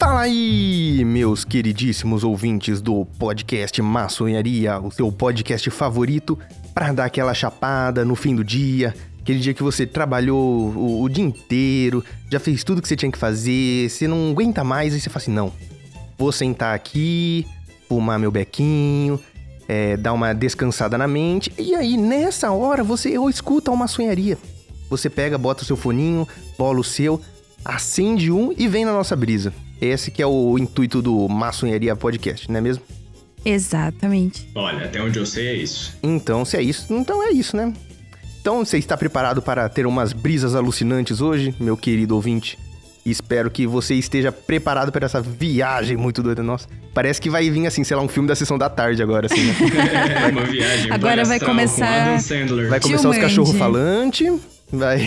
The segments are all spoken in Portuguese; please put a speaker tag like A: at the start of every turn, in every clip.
A: Fala aí, meus queridíssimos ouvintes do podcast Maçonharia, o seu podcast favorito para dar aquela chapada no fim do dia, aquele dia que você trabalhou o, o dia inteiro, já fez tudo que você tinha que fazer, você não aguenta mais, aí você fala assim: não, vou sentar aqui, fumar meu bequinho, é, dar uma descansada na mente, e aí nessa hora você ou escuta uma sonharia. Você pega, bota o seu foninho, bola o seu, acende um e vem na nossa brisa. Esse que é o intuito do Maçonharia Podcast, não é mesmo?
B: Exatamente.
C: Olha, até onde eu sei é isso.
A: Então, se é isso, então é isso, né? Então, você está preparado para ter umas brisas alucinantes hoje, meu querido ouvinte? Espero que você esteja preparado para essa viagem muito doida nossa. Parece que vai vir, assim, sei lá, um filme da sessão da tarde agora, assim, né?
C: É uma viagem.
B: Agora vai
C: astral
B: começar-
C: Com Adam Sandler.
A: Vai começar os
B: Dilmande.
A: cachorro falante, vai...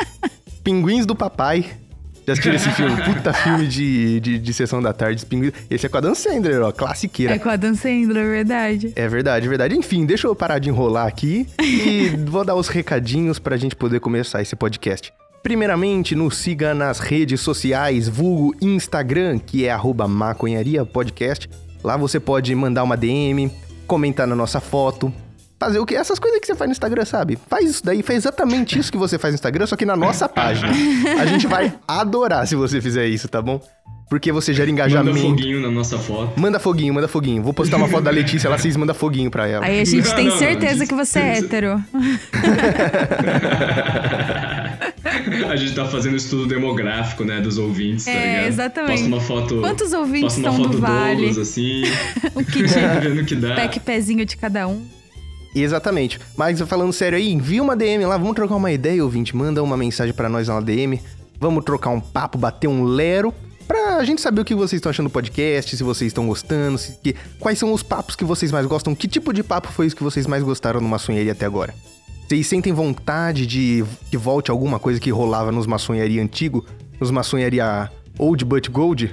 A: Pinguins do Papai. Já assistiram esse filme? Puta filme de, de, de sessão da tarde. os Pinguins... Esse é com a Dan Sandler, ó, classiqueira.
B: É com a Dan Sandler, é verdade.
A: É verdade, é verdade. Enfim, deixa eu parar de enrolar aqui e vou dar os recadinhos pra gente poder começar esse podcast. Primeiramente, nos siga nas redes sociais, vulgo Instagram, que é arroba maconharia podcast. Lá você pode mandar uma DM, comentar na nossa foto, fazer o que? Essas coisas que você faz no Instagram, sabe? Faz isso daí, faz exatamente isso que você faz no Instagram, só que na nossa página. A gente vai adorar se você fizer isso, tá bom? Porque você gera
C: Manda
A: engajamento.
C: foguinho na nossa foto.
A: Manda foguinho, manda foguinho. Vou postar uma foto da Letícia lá, vocês mandam foguinho pra ela.
B: Aí a gente
C: Não,
B: tem
C: não,
B: certeza
C: gente,
B: que você é
C: isso-
B: hétero.
C: A gente tá fazendo estudo demográfico, né, dos ouvintes, tá
B: É,
C: ligado?
B: exatamente.
C: Posta uma foto...
B: Quantos ouvintes
C: posta uma
B: são
C: foto
B: do Vale?
C: Douglas, assim,
B: O kit
C: vendo o que dá.
B: pack pezinho de cada um.
A: Exatamente. Mas falando sério aí, envia uma DM lá, vamos trocar uma ideia, ouvinte. Manda uma mensagem pra nós lá na DM. Vamos trocar um papo, bater um lero. Pra gente saber o que vocês estão achando do podcast, se vocês estão gostando, se, que- quais são os papos que vocês mais gostam, que tipo de papo foi isso que vocês mais gostaram no maçonharia até agora. Vocês sentem vontade de que volte alguma coisa que rolava nos maçonharia antigo, nos maçonharia old but gold?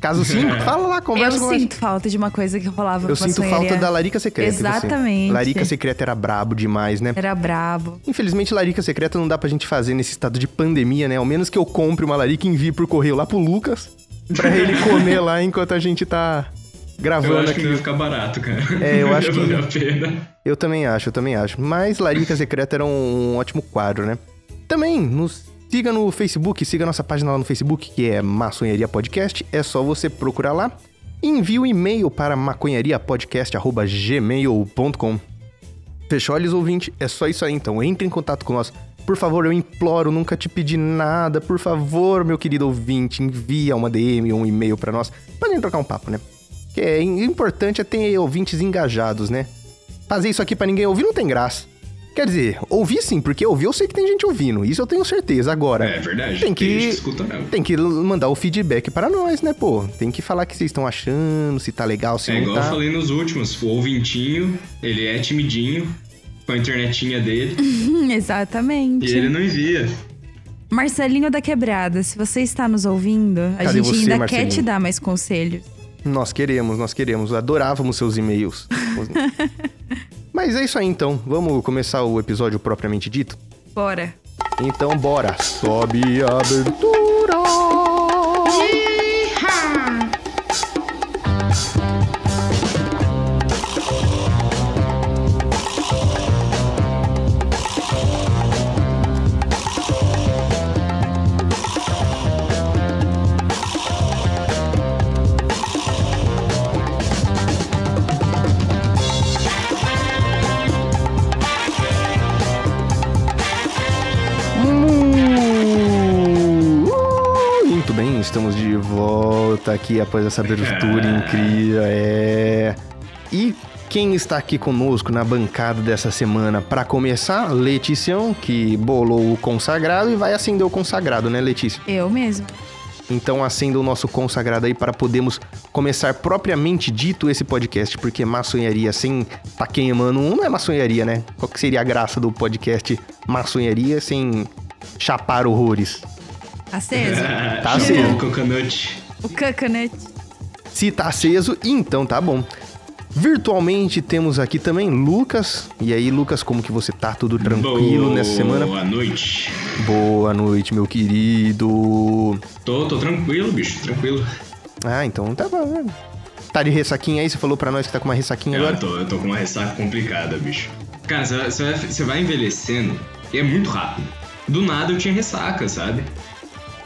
A: Caso sim, fala lá, conversa com
B: eu
A: nós.
B: sinto falta de uma coisa que rolava
A: Eu
B: na
A: sinto
B: maçonharia.
A: falta da Larica Secreta. assim.
B: Exatamente.
A: Larica Secreta era brabo demais, né?
B: Era brabo.
A: Infelizmente, Larica Secreta não dá pra gente fazer nesse estado de pandemia, né? Ao menos que eu compre uma larica e envie por correio lá pro Lucas, pra ele comer lá enquanto a gente tá
C: Eu
A: gravando
C: acho que
A: aqui.
C: não ia ficar barato, cara.
A: É, eu acho que-
C: Vale a pena.
A: Eu também acho, eu também acho. Mas Larica Secreta era um ótimo quadro, né? Também, nos siga no Facebook, siga nossa página lá no Facebook, que é Maçonharia Podcast. É só você procurar lá. Envie o e-mail para maconhariapodcast.gmail.com. Fechou, olhos ouvinte? É só isso aí, então. Entre em contato com nós. Por favor, eu imploro, nunca te pedi nada. Por favor, meu querido ouvinte, envia uma DM ou um e-mail pra nós. Pra gente trocar um papo, né? Que é im- importante é ter ouvintes engajados, né? Fazer isso aqui pra ninguém ouvir não tem graça. Quer dizer, ouvir sim, porque ouvir eu sei que tem gente ouvindo. Isso eu tenho certeza. Agora,
C: É verdade.
A: Tem que-
C: gente escuta, não.
A: tem que l- mandar o feedback pra nós, né, pô? Tem que falar o que vocês estão achando, se tá legal, se
C: É
A: não
C: igual
A: tá.
C: eu falei nos últimos, o ouvintinho, ele é timidinho, com a internetinha dele,
B: Hum,
C: e
B: exatamente.
C: ele não envia.
B: Marcelinho da Quebrada, se você está nos ouvindo, a
A: Cadê
B: gente
A: você,
B: ainda
A: Marcelinho?
B: quer te dar mais conselhos.
A: Nós queremos, nós queremos. Adorávamos seus e-mails. Mas é isso aí então. Vamos começar o episódio propriamente dito?
B: Bora.
A: Então bora. Sobe a abertura. Uh! Muito bem, estamos de volta aqui após essa abertura incrível. É. E quem está aqui conosco na bancada dessa semana? Para começar, Leticião, que bolou o consagrado e vai acender o consagrado, né, Letícia?
B: Eu mesmo.
A: Então acenda o nosso consagrado aí para podermos começar propriamente dito esse podcast, porque maçonharia sem tá queimando um não é maçonharia, né? Qual que seria a graça do podcast maçonharia sem chapar horrores?
B: Aceso.
C: tá
A: aceso.
C: O coconut.
B: o Cucanut.
A: Se tá aceso, então tá bom. Virtualmente temos aqui também Lucas. E aí, Lucas, como que você tá? Tudo tranquilo nessa semana?
C: Boa noite.
A: Boa noite, meu querido.
C: Tô, tô tranquilo, bicho, tranquilo.
A: Ah, então tá bom. né? Tá de ressaquinha aí? Você falou pra nós que tá com uma ressaquinha
C: Eu
A: agora?
C: É, tô, eu tô com uma ressaca complicada, bicho. Cara, você vai- você vai, você vai envelhecendo e é muito rápido. Do nada eu tinha ressaca, sabe?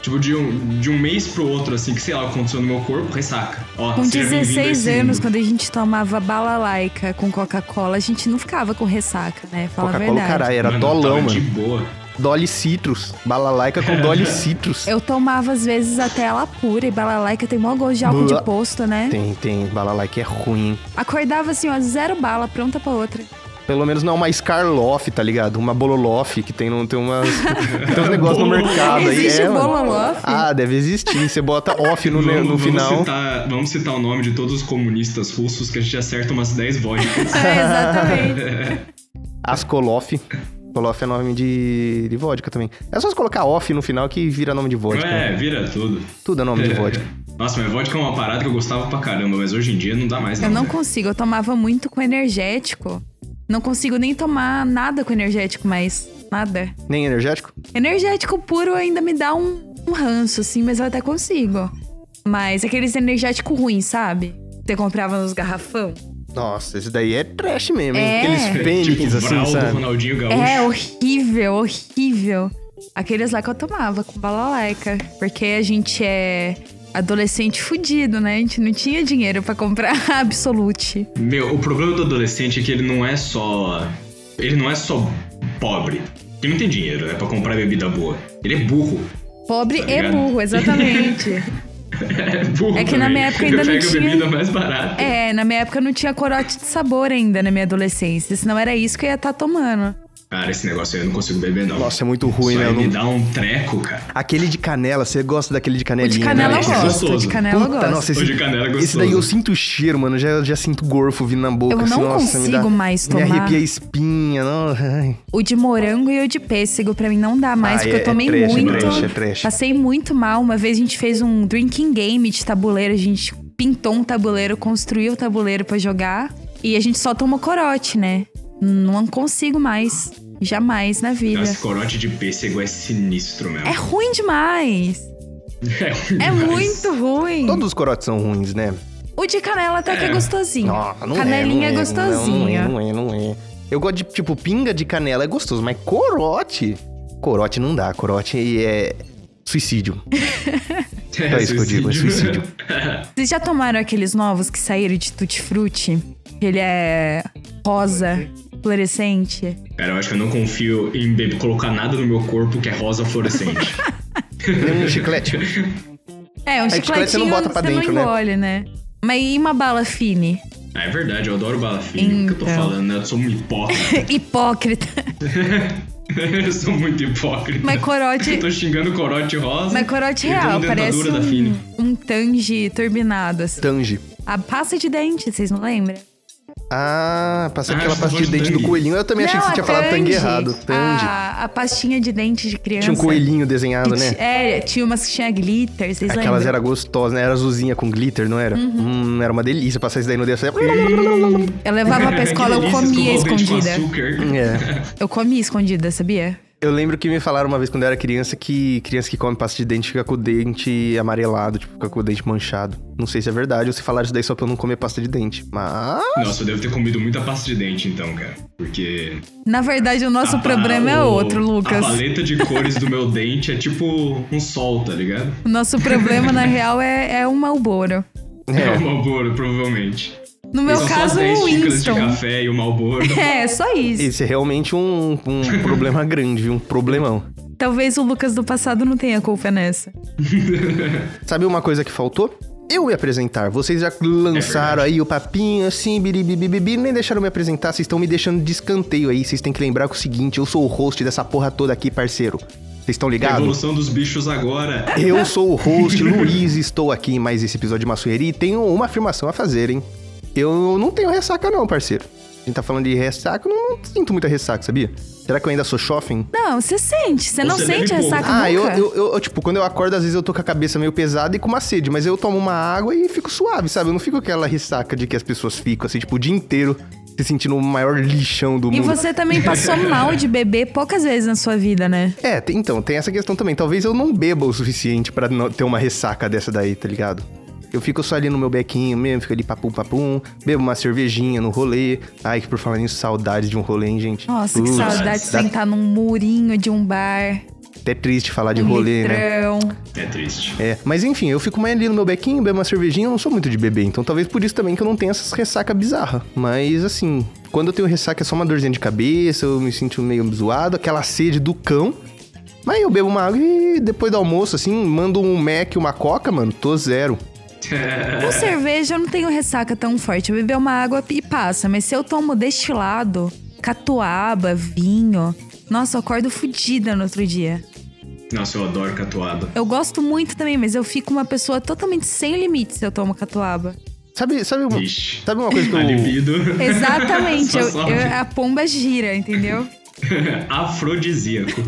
C: Tipo, de um, de um mês pro outro, assim, que sei lá, o que aconteceu no meu corpo, ressaca. Ó,
B: Com
C: seja bem-vindo a
B: 16
C: esse
B: anos,
C: mundo.
B: quando a gente tomava balalaica com Coca-Cola, a gente não ficava com ressaca, né? Fala a
A: Coca-Cola,
B: verdade.
A: caralho, era
C: Mano, eu tava
A: dolão,
C: De
A: mano.
C: boa.
A: Dolly Citrus. Balalaica
C: É.
A: com Dolly Citrus.
B: Eu tomava, às vezes, até ela pura, e balalaica tem mó gosto de álcool
A: Bula.
B: de posto, né?
A: Tem, tem. Balalaica é ruim, hein?
B: Acordava assim, ó, zero bala, pronta pra outra.
A: Pelo menos não é uma Scarloff, tá ligado? Uma Bololoff, que tem, não, tem, umas, tem uns negócios no mercado aí.
B: Existe
A: é, mano.
B: Bololoff?
A: Ah, deve existir. Você bota off no, no,
C: vamos,
A: final.
C: Citar, vamos citar o nome de todos os comunistas russos que a gente acerta umas 10 vodkas.
B: É, exatamente.
A: Ascoloff. Ascoloff é nome de, de vodka também. É só você colocar off no final que vira nome de vodka. né?
C: é, vira tudo.
A: Tudo é nome de vodka.
C: Nossa, mas vodka é uma parada que eu gostava pra caramba, mas hoje em dia não né? dá mais.
B: Eu não
C: velho.
B: consigo, eu tomava muito com energético. Não consigo nem tomar nada com energético mais. Nada.
A: Nem energético?
B: Energético puro ainda me dá um, um ranço, assim, mas eu até consigo. Mas aqueles energéticos ruins, sabe? Você comprava nos garrafão.
A: Nossa, esse daí é trash mesmo, hein?
B: É.
A: Aqueles fênix,
C: tipo,
A: assim,
C: Brau do
A: sabe?
C: Ronaldinho Gaúcho.
B: É horrível, horrível. Aqueles lá que eu tomava com balalaica. Porque a gente é adolescente fudido, né? A gente não tinha dinheiro pra comprar Absolute.
C: Meu, o problema do adolescente é que ele não é só. Ele não é só pobre. Ele não tem dinheiro, né? Pra comprar bebida boa. Ele é burro.
B: Pobre
C: Tá
B: e
C: ligado?
B: burro, exatamente.
C: É burro.
B: É que na
C: também.
B: minha época ainda
C: Ele
B: não
C: pega
B: tinha-
C: a bebida mais barata.
B: É, na minha época não tinha corote de sabor ainda na minha adolescência, senão era isso que eu ia estar tomando.
C: Cara, esse negócio aí eu não consigo beber, não.
A: Nossa, é muito ruim,
C: Isso
A: né?
C: aí
A: Eu
C: me
A: não-
C: dá um treco, cara.
A: Aquele de canela, você gosta daquele de
B: O
A: canelinha?
B: de
A: né?
B: canela eu
C: esse é
B: gosto, o de
C: gostoso.
B: canela eu
A: Puta,
B: gosto.
A: nossa, esse,
C: O de canela é gostoso.
A: esse daí eu sinto o cheiro, mano. Já, já sinto gorfo vindo na boca.
B: Eu
A: assim,
B: não
A: nossa, me dá-
B: consigo mais tomar.
A: Me arrepia a espinha. Não, ai.
B: O de morango e o de pêssego pra mim não dá mais,
A: Ah,
B: porque
A: é-
B: eu tomei
A: é trash, é
B: muito. Assim.
A: trash, é trash.
B: Passei muito mal. Uma vez a gente fez um drinking game de tabuleiro, a gente pintou um tabuleiro, construiu o tabuleiro pra jogar e a gente só tomou corote, né? Não consigo mais, jamais na vida.
C: Esse corote de pêssego é sinistro mesmo. um
B: É ruim demais.
C: ruim
B: É
C: demais.
B: muito ruim.
A: Todos os corotes são ruins, né?
B: O de canela até que é gostosinho.
A: Não, não é,
B: Canelinha é,
A: não
B: gostosinha.
A: Não, é, não é, não é. Eu gosto de, tipo, pinga de canela é gostoso, mas corote... Corote não dá, corote é suicídio.
C: É,
A: É isso que eu digo, é suicídio.
C: né?
A: é.
B: Vocês já tomaram aqueles novos que saíram de Tutti Frutti? Ele é rosa, fluorescente.
C: Cara, eu acho que eu não confio em be- colocar nada no meu corpo que é rosa fluorescente.
A: Nem um chiclete.
B: É, um
A: chiclete
B: chicletinho
A: você não bota pra
B: você
A: dentro, né?
B: não engole, né? Mas e uma bala fine?
C: Ah, é verdade, eu adoro bala fina, que eu tô
B: Então.
C: falando, né? Eu sou um hipócrita.
B: Hipócrita.
C: eu sou muito hipócrita.
B: Mas corote...
C: Eu tô xingando corote rosa.
B: Mas corote
C: Eu tô
B: real,
C: na
B: parece
C: dentadura da Fini.
B: um, um tange turbinado, assim.
A: Tange.
B: A pasta de dente, vocês não lembram?
A: Ah, passa
C: Ah,
A: aquela
C: você
A: pasta de
C: falou de
A: dente do
C: tangue.
A: coelhinho. Eu também achei que
B: Não, Ah,
A: você
B: a
A: tinha falado tangue errado. Tange.
B: A, a pastinha de dente de criança.
A: tinha um coelhinho desenhado,
B: Que
A: né?
B: ti- É, tinha umas que tinha glitter, vocês
A: Aquelas
B: lembram?
A: era gostosas, né? Era azulzinha com glitter, não era?
B: Uhum.
A: Hum, era uma delícia passar isso daí no dedo. Você...
B: Eu levava pra escola, eu
C: É Que delícia,
B: comia
C: escovar o dente com
B: escondida.
C: açúcar.
A: É.
B: Eu comia escondida, sabia?
A: Eu lembro que me falaram uma vez quando eu era criança que criança que come pasta de dente fica com o dente amarelado, tipo, fica com o dente manchado. Não sei se é verdade ou se falaram isso daí só pra eu não comer pasta de dente. Mas.
C: Nossa, eu devo ter comido muita pasta de dente, então, cara. Porque.
B: Na verdade, o nosso
C: a pa-
B: problema é
C: Ah, o-
B: outro,
C: A
B: Lucas.
C: paleta de cores do meu dente é tipo um sol, tá ligado?
B: O nosso problema, na real, é, é um Malboro.
C: É, o
A: É.
C: Malboro, provavelmente.
B: No meu
C: São só
B: caso,
C: 10
B: o
C: xícaras de
B: Winston.
C: café e o Malboro.
B: É, só isso.
A: Esse é realmente um, um problema grande, viu? um problemão.
B: Talvez o Lucas do passado não tenha culpa nessa.
A: Sabe uma coisa que faltou? Eu me apresentar. Vocês já lançaram aí o papinho assim, biribibibibi, nem deixaram me apresentar. Vocês estão me deixando de escanteio aí. Vocês têm que lembrar que é o seguinte: eu sou o host dessa porra toda aqui, parceiro. Vocês estão ligados?
C: Evolução dos bichos agora.
A: Eu sou o host, Luiz, estou aqui em mais esse episódio de maçoeria e tenho uma afirmação a fazer, hein? Eu não tenho ressaca, não, parceiro. A gente tá falando de ressaca, eu não sinto muita ressaca, sabia? Será que eu ainda sou shopping?
B: Não, você sente. Você não
C: Você
B: sente
C: bebe pouco.
B: ressaca
A: Ah, eu,
B: nunca?
A: eu, eu- eu, tipo, quando eu acordo, às vezes eu tô com a cabeça meio pesada e com uma sede, mas eu tomo uma água e fico suave, sabe? Eu não fico aquela ressaca de que as pessoas ficam, assim, tipo, o dia inteiro se sentindo o maior lixão do
B: E
A: mundo.
B: você também passou mal de beber poucas vezes na sua vida, né?
A: É, tem- então, tem essa questão também. Talvez eu não beba o suficiente pra não ter uma ressaca dessa daí, tá ligado? Eu fico só ali no meu bequinho mesmo, fico ali papum papum, bebo uma cervejinha no rolê. Ai, que por falar nisso, saudades de um rolê, hein, gente?
B: Nossa, que
A: Putz,
B: saudade de
A: dá
B: sentar num murinho de um bar,
A: Até triste falar de
B: um
A: rolê, né?
B: litrão.
C: É triste.
A: É, mas enfim, eu fico mais ali no meu bequinho, bebo uma cervejinha, eu não sou muito de beber, então talvez por isso também que eu não tenho essas ressaca bizarra. Mas assim, quando eu tenho ressaca é só uma dorzinha de cabeça, eu me sinto meio zoado, aquela sede do cão. Mas eu bebo uma água e depois do almoço, assim, mando um Mac e uma coca, mano, tô zero.
C: É.
B: Com cerveja eu não tenho ressaca tão forte. Eu beber uma água e passa. Mas se eu tomo destilado, catuaba, vinho, nossa, eu acordo fodida no outro dia.
C: Nossa, eu adoro catuaba.
B: Eu gosto muito também, mas eu fico uma pessoa totalmente sem limites se eu tomo catuaba.
A: Sabe, sabe, uma,
C: Ixi.
A: sabe uma coisa que
C: A
A: eu.
C: libido.
B: Exatamente,
C: Só
B: eu-
C: sobe.
B: eu- a pomba gira, entendeu?
C: Afrodisíaco.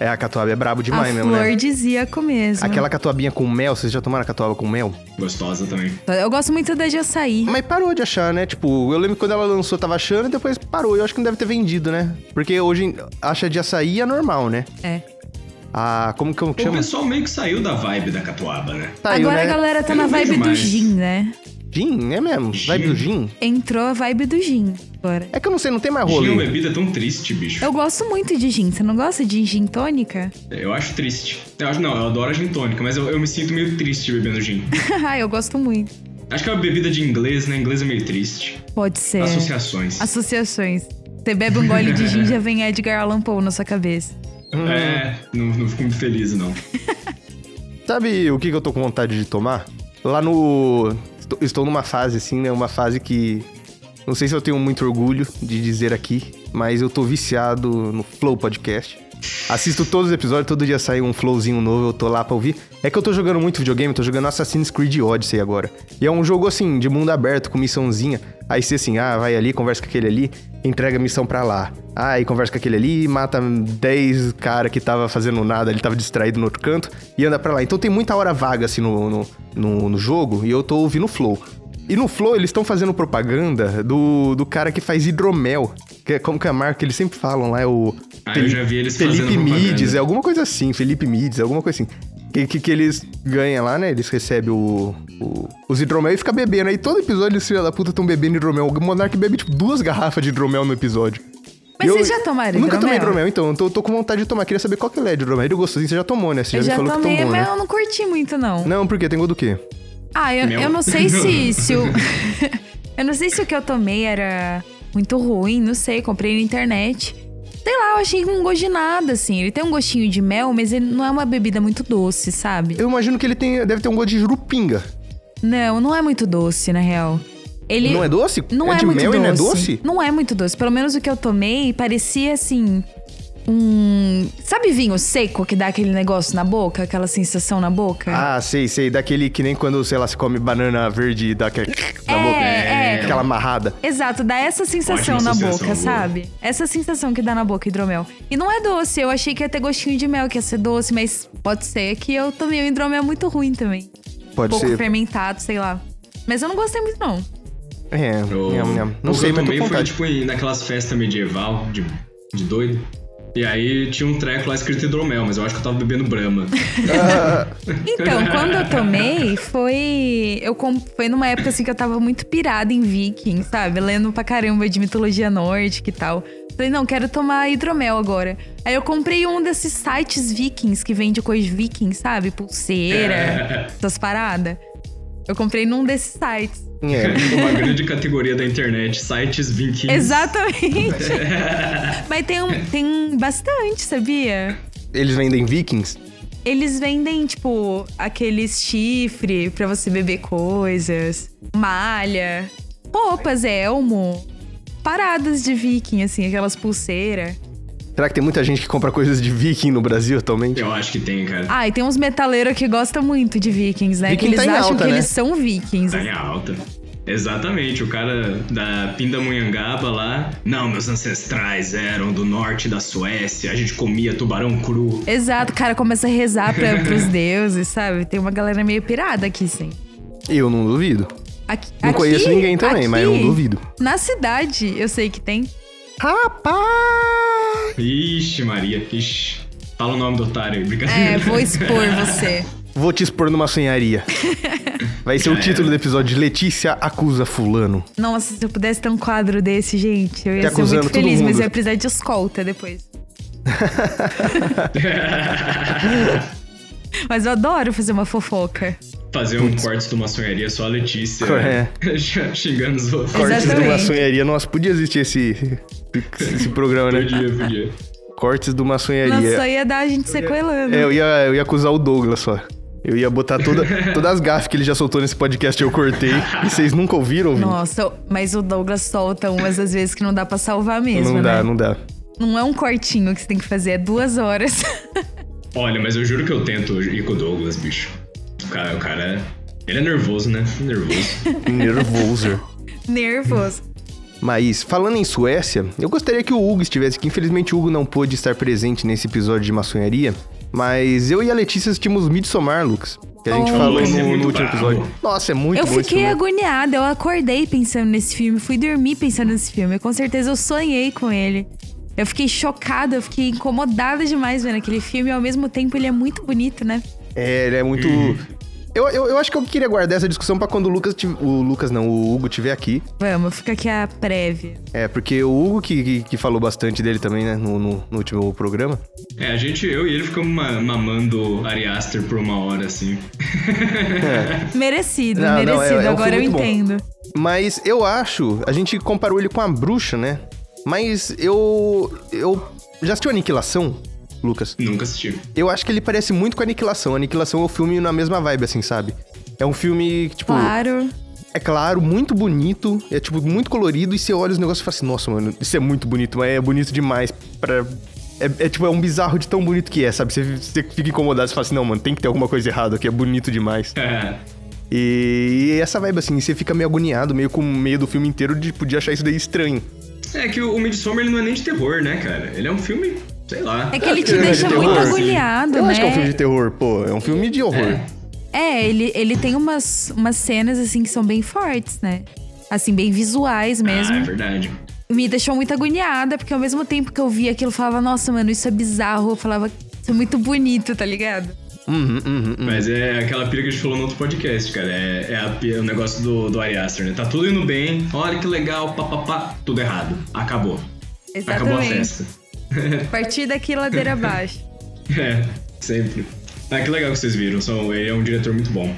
A: É, a catuaba é brabo demais
B: a
A: mesmo,
B: flor
A: né?
B: dizíaco mesmo.
A: Aquela catuabinha com mel, vocês já tomaram catuaba com mel?
C: Gostosa também.
B: Eu gosto muito da de açaí.
A: Mas parou de achar, né? Tipo, eu lembro que quando ela lançou, tava achando e depois parou. Eu acho que não deve ter vendido, né? Porque hoje em- acha de açaí é normal, né?
B: É.
A: Ah, como, como que
C: O
A: chama?
C: pessoal meio que saiu da vibe da catuaba, né?
A: Saiu,
B: Agora
A: né?
B: a galera tá na
C: Bem
B: vibe do
C: demais.
B: gin, né?
A: Gin, é mesmo? Vai
C: Gin.
A: pro gin?
B: Entrou a vibe do gin agora.
A: É que eu não sei, não tem mais
C: Gin é uma
A: rolê.
C: bebida tão triste, bicho.
B: Eu gosto muito de gin. Você não gosta de gin tônica?
C: Eu acho triste. Eu acho, não, eu adoro a gin tônica, mas eu, eu me sinto meio triste bebendo gin.
B: Ah, eu gosto muito.
C: Acho que é uma bebida de inglês, né? Inglês é meio triste.
B: Pode ser.
C: Associações.
B: Associações. Você bebe um gole de gin, já vem Edgar Allan Poe na sua cabeça.
C: É, não, não fico muito feliz, não.
A: Sabe o que, que eu tô com vontade de tomar? Lá no. Estou, estou numa fase, assim, né? Uma fase que. Não sei se eu tenho muito orgulho de dizer aqui, mas eu tô viciado no Flow Podcast. Assisto todos os episódios, todo dia sai um flowzinho novo, eu tô lá pra ouvir. É que eu tô jogando muito videogame, tô jogando Assassin's Creed Odyssey agora. E é um jogo assim, de mundo aberto, com missãozinha. Aí você assim, ah, vai ali, conversa com aquele ali, entrega a missão pra lá. Aí conversa com aquele ali, mata 10 cara que tava fazendo nada, ele tava distraído no outro canto, e anda pra lá. Então tem muita hora vaga assim no, no, no- no jogo, e eu tô ouvindo o Flow. E no Flow eles estão fazendo propaganda do, do cara que faz hidromel. Que é, como que é a marca que eles sempre falam lá, é o.
C: Ah, eu já vi eles fazendo
A: Felipe
C: propaganda.
A: Mides, é alguma coisa assim, Felipe Mides, alguma coisa assim. Que, que, que eles ganham lá, né? Eles recebem o, o- os hidromel e fica bebendo. Aí todo episódio eles, filha da puta, estão bebendo hidromel. O Monark bebe, tipo, duas garrafas de hidromel no episódio.
B: Mas vocês já tomaram
A: Nunca tomei hidromel,
B: hidromel?
A: então. Eu tô, tô com vontade de tomar. Queria saber qual que é de hidromel. Ele gostosinho, você já tomou, né? Você já,
B: eu
A: me
B: já
A: falou
B: tomei,
A: que tomou,
B: mas
A: né?
B: eu não curti muito, não.
A: Não, porque tem gosto do quê?
B: Ah, eu,
C: Mel.
B: eu não sei se, se o. eu não sei se o que eu tomei era muito ruim, não sei. Comprei na internet. Sei lá, eu achei um gosto de nada, assim. Ele tem um gostinho de mel, mas ele não é uma bebida muito doce, sabe?
A: Eu imagino que ele tem, deve ter um gosto de jurupinga.
B: Não, não é muito doce, na real. Ele.
A: Não é doce?
B: Não é,
A: de
B: muito
A: mel
B: doce.
A: e não é doce?
B: Não é muito doce. Pelo menos o que eu tomei parecia assim. Um. Sabe vinho seco que dá aquele negócio na boca? Aquela sensação na boca?
A: Ah, sei, sei. Daquele que nem quando, sei lá, se come banana verde e dá aquela... na boca.
B: é.
A: Aquela amarrada.
B: Exato, dá essa sensação
C: Ótima
B: na
C: sensação,
B: boca,
C: boa.
B: sabe? Essa sensação que dá na boca hidromel. E não é doce, eu achei que ia ter gostinho de mel, que ia ser doce, mas pode ser que eu tomei um hidromel muito ruim também.
A: Pode
B: Pouco
A: ser.
B: fermentado, sei lá. Mas eu não gostei muito, não.
A: É,
C: Eu-
A: nham, nham. não
C: o
A: sei,
C: que eu
A: mas tô com
C: tomei foi
A: vontade.
C: tipo em- naquelas festas medieval de, de doido. E aí tinha um treco lá escrito hidromel, mas eu acho que eu tava bebendo brama. tipo-
B: Então, quando eu tomei, foi. Eu com- Foi numa época assim que eu tava muito pirada em Viking, sabe? Lendo pra caramba de mitologia nórdica e tal. Falei, não, quero tomar hidromel agora. Aí eu comprei um desses sites vikings que vende coisa viking, sabe? Pulseira, essas paradas. Eu comprei num desses sites.
A: É.
C: Tipo, Uma grande categoria da internet, sites vinquinhos.
B: Exatamente. Mas tem, um- tem bastante, sabia?
A: Eles vendem vikings?
B: Eles vendem, tipo, aqueles chifre pra você beber coisas, malha, roupas, elmo, paradas de viking, assim, aquelas pulseiras.
A: Será que tem muita gente que compra coisas de viking no Brasil atualmente?
C: Eu acho que tem, cara.
B: Ah, e tem uns metaleiros que gostam muito de vikings, né?
A: Viking
B: que eles
A: tá em
B: acham
A: alta,
B: que
A: né?
B: eles são vikings.
C: Tá em alta. Exatamente, o cara da Pindamonhangaba lá. Não, meus ancestrais eram do norte da Suécia, a gente comia tubarão cru.
B: Exato, o cara começa a rezar pra, pros deuses, sabe? Tem uma galera meio pirada aqui, sim.
A: Eu não duvido.
B: Aqui,
A: Não
B: aqui-
A: conheço ninguém também, mas eu não
B: aqui,
A: duvido.
B: Na cidade, eu sei que tem.
A: Rapaz!
C: Ixi, Maria, ixi. Fala o nome do otário aí, brincadeira.
B: É, vou É, expor você.
A: Vou te expor numa sonharia. Vai ser o
C: Já
A: título
C: era.
A: do episódio. Letícia acusa fulano.
B: Nossa, se eu pudesse ter um quadro desse, gente, eu
A: Tá
B: ia ser
A: acusando
B: muito
A: todo
B: feliz, mas
A: mundo.
B: eu ia precisar de escolta depois. mas eu adoro fazer uma fofoca.
C: Fazer um corte de uma sonharia só a Letícia. né? Xingando os outros.
B: Corte.
A: é. Cortes de uma
B: Exatamente.
A: sonharia. Nossa, podia existir esse, esse programa, né?
C: Podia, podia.
A: Cortes de uma sonharia.
B: Nossa, só ia dar a gente sequelando.
A: É, eu ia, eu ia acusar o Douglas só. Eu ia botar toda, todas as gafas que ele já soltou nesse podcast eu cortei. E vocês nunca ouviram, ouvinte?
B: Nossa, mas o Douglas solta umas às vezes que não dá pra salvar mesmo,
A: não dá,
B: né?
A: não dá.
B: Não é um cortinho que você tem que fazer, é duas horas.
C: Olha, mas eu juro que eu tento ir com o Douglas, bicho. O cara, o cara é- Ele é nervoso, né? Nervoso.
A: Nervoso.
B: Nervoso.
A: Mas, falando em Suécia, eu gostaria que o Hugo estivesse aqui. Infelizmente, o Hugo não pôde estar presente nesse episódio de maçonharia. Mas eu e a Letícia assistimos Midsommar, Lucas. Que a gente
B: Oh.
A: falou
C: Esse é
A: no,
C: muito
A: no último
C: brabo.
A: episódio. Nossa, é muito
B: eu
A: bom esse
B: fiquei
A: filme.
B: agoniada, eu acordei pensando nesse filme, fui dormir pensando nesse filme. Com certeza eu sonhei com ele. Eu fiquei chocada, eu fiquei incomodada demais vendo aquele filme. E ao mesmo tempo ele é muito bonito, né?
A: É, ele é muito.
C: Uhum.
A: Eu, eu, eu acho que eu queria guardar essa discussão pra quando o Lucas. tiv- O Lucas não, o Hugo estiver aqui.
B: Vamos, fica aqui a prévia.
A: É, porque o Hugo que, que, que falou bastante dele também, né, no, no- no último programa.
C: É, a gente, eu e ele ficamos ma- mamando Ari Aster por uma hora, assim.
A: É.
B: Merecido,
A: Não, não, é-
B: merecido.
A: é um
B: Agora eu
A: filme muito bom.
B: entendo.
A: Mas eu acho, a gente comparou ele com a bruxa, né? Mas eu. Eu. Já assistiu Aniquilação, Lucas?
C: Nunca assisti.
A: Eu acho que ele parece muito com Aniquilação. Aniquilação é um filme na mesma vibe, assim, sabe? É um filme que, tipo,
B: Claro.
A: é claro, muito bonito, é, tipo, muito colorido, e você olha os negócios e fala assim, nossa, mano, isso é muito bonito, mas é bonito demais pra. É, é, tipo, é um bizarro de tão bonito que é, sabe? Você, você fica incomodado, você fala assim, não, mano, tem que ter alguma coisa errada aqui, é bonito demais.
C: É.
A: E essa vibe, assim, você fica meio agoniado, meio com medo do filme inteiro de, tipo, de achar isso daí estranho.
C: É que o o Midsommar ele não é nem de terror, né, cara? Ele é um filme, sei lá.
B: É que ele te
A: Eu acho
B: deixa
A: que é
B: muito
A: horror.
B: agoniado,
A: Eu
B: né?
A: acho que é um filme de terror, pô. É um filme de horror.
C: É.
B: É, ele, ele tem umas, umas cenas assim que são bem fortes, né? Assim, bem visuais mesmo.
C: Ah, é verdade.
B: me deixou muito agoniada, porque ao mesmo tempo que eu via aquilo, eu falava, nossa, mano, isso é bizarro. Eu falava, isso é muito bonito, tá ligado?
A: Uhum, uhum, uhum.
C: Mas é aquela pira que a gente falou no outro podcast, cara. É, é a pira- o negócio do, do Ari Aster, né? Tá tudo indo bem, olha que legal, papapá, tudo errado. Acabou. Acabou a
B: Exatamente.
C: festa.
B: A partir daqui, ladeira abaixo.
C: É, sempre. Ah, que legal que vocês viram. São, ele é um diretor muito bom.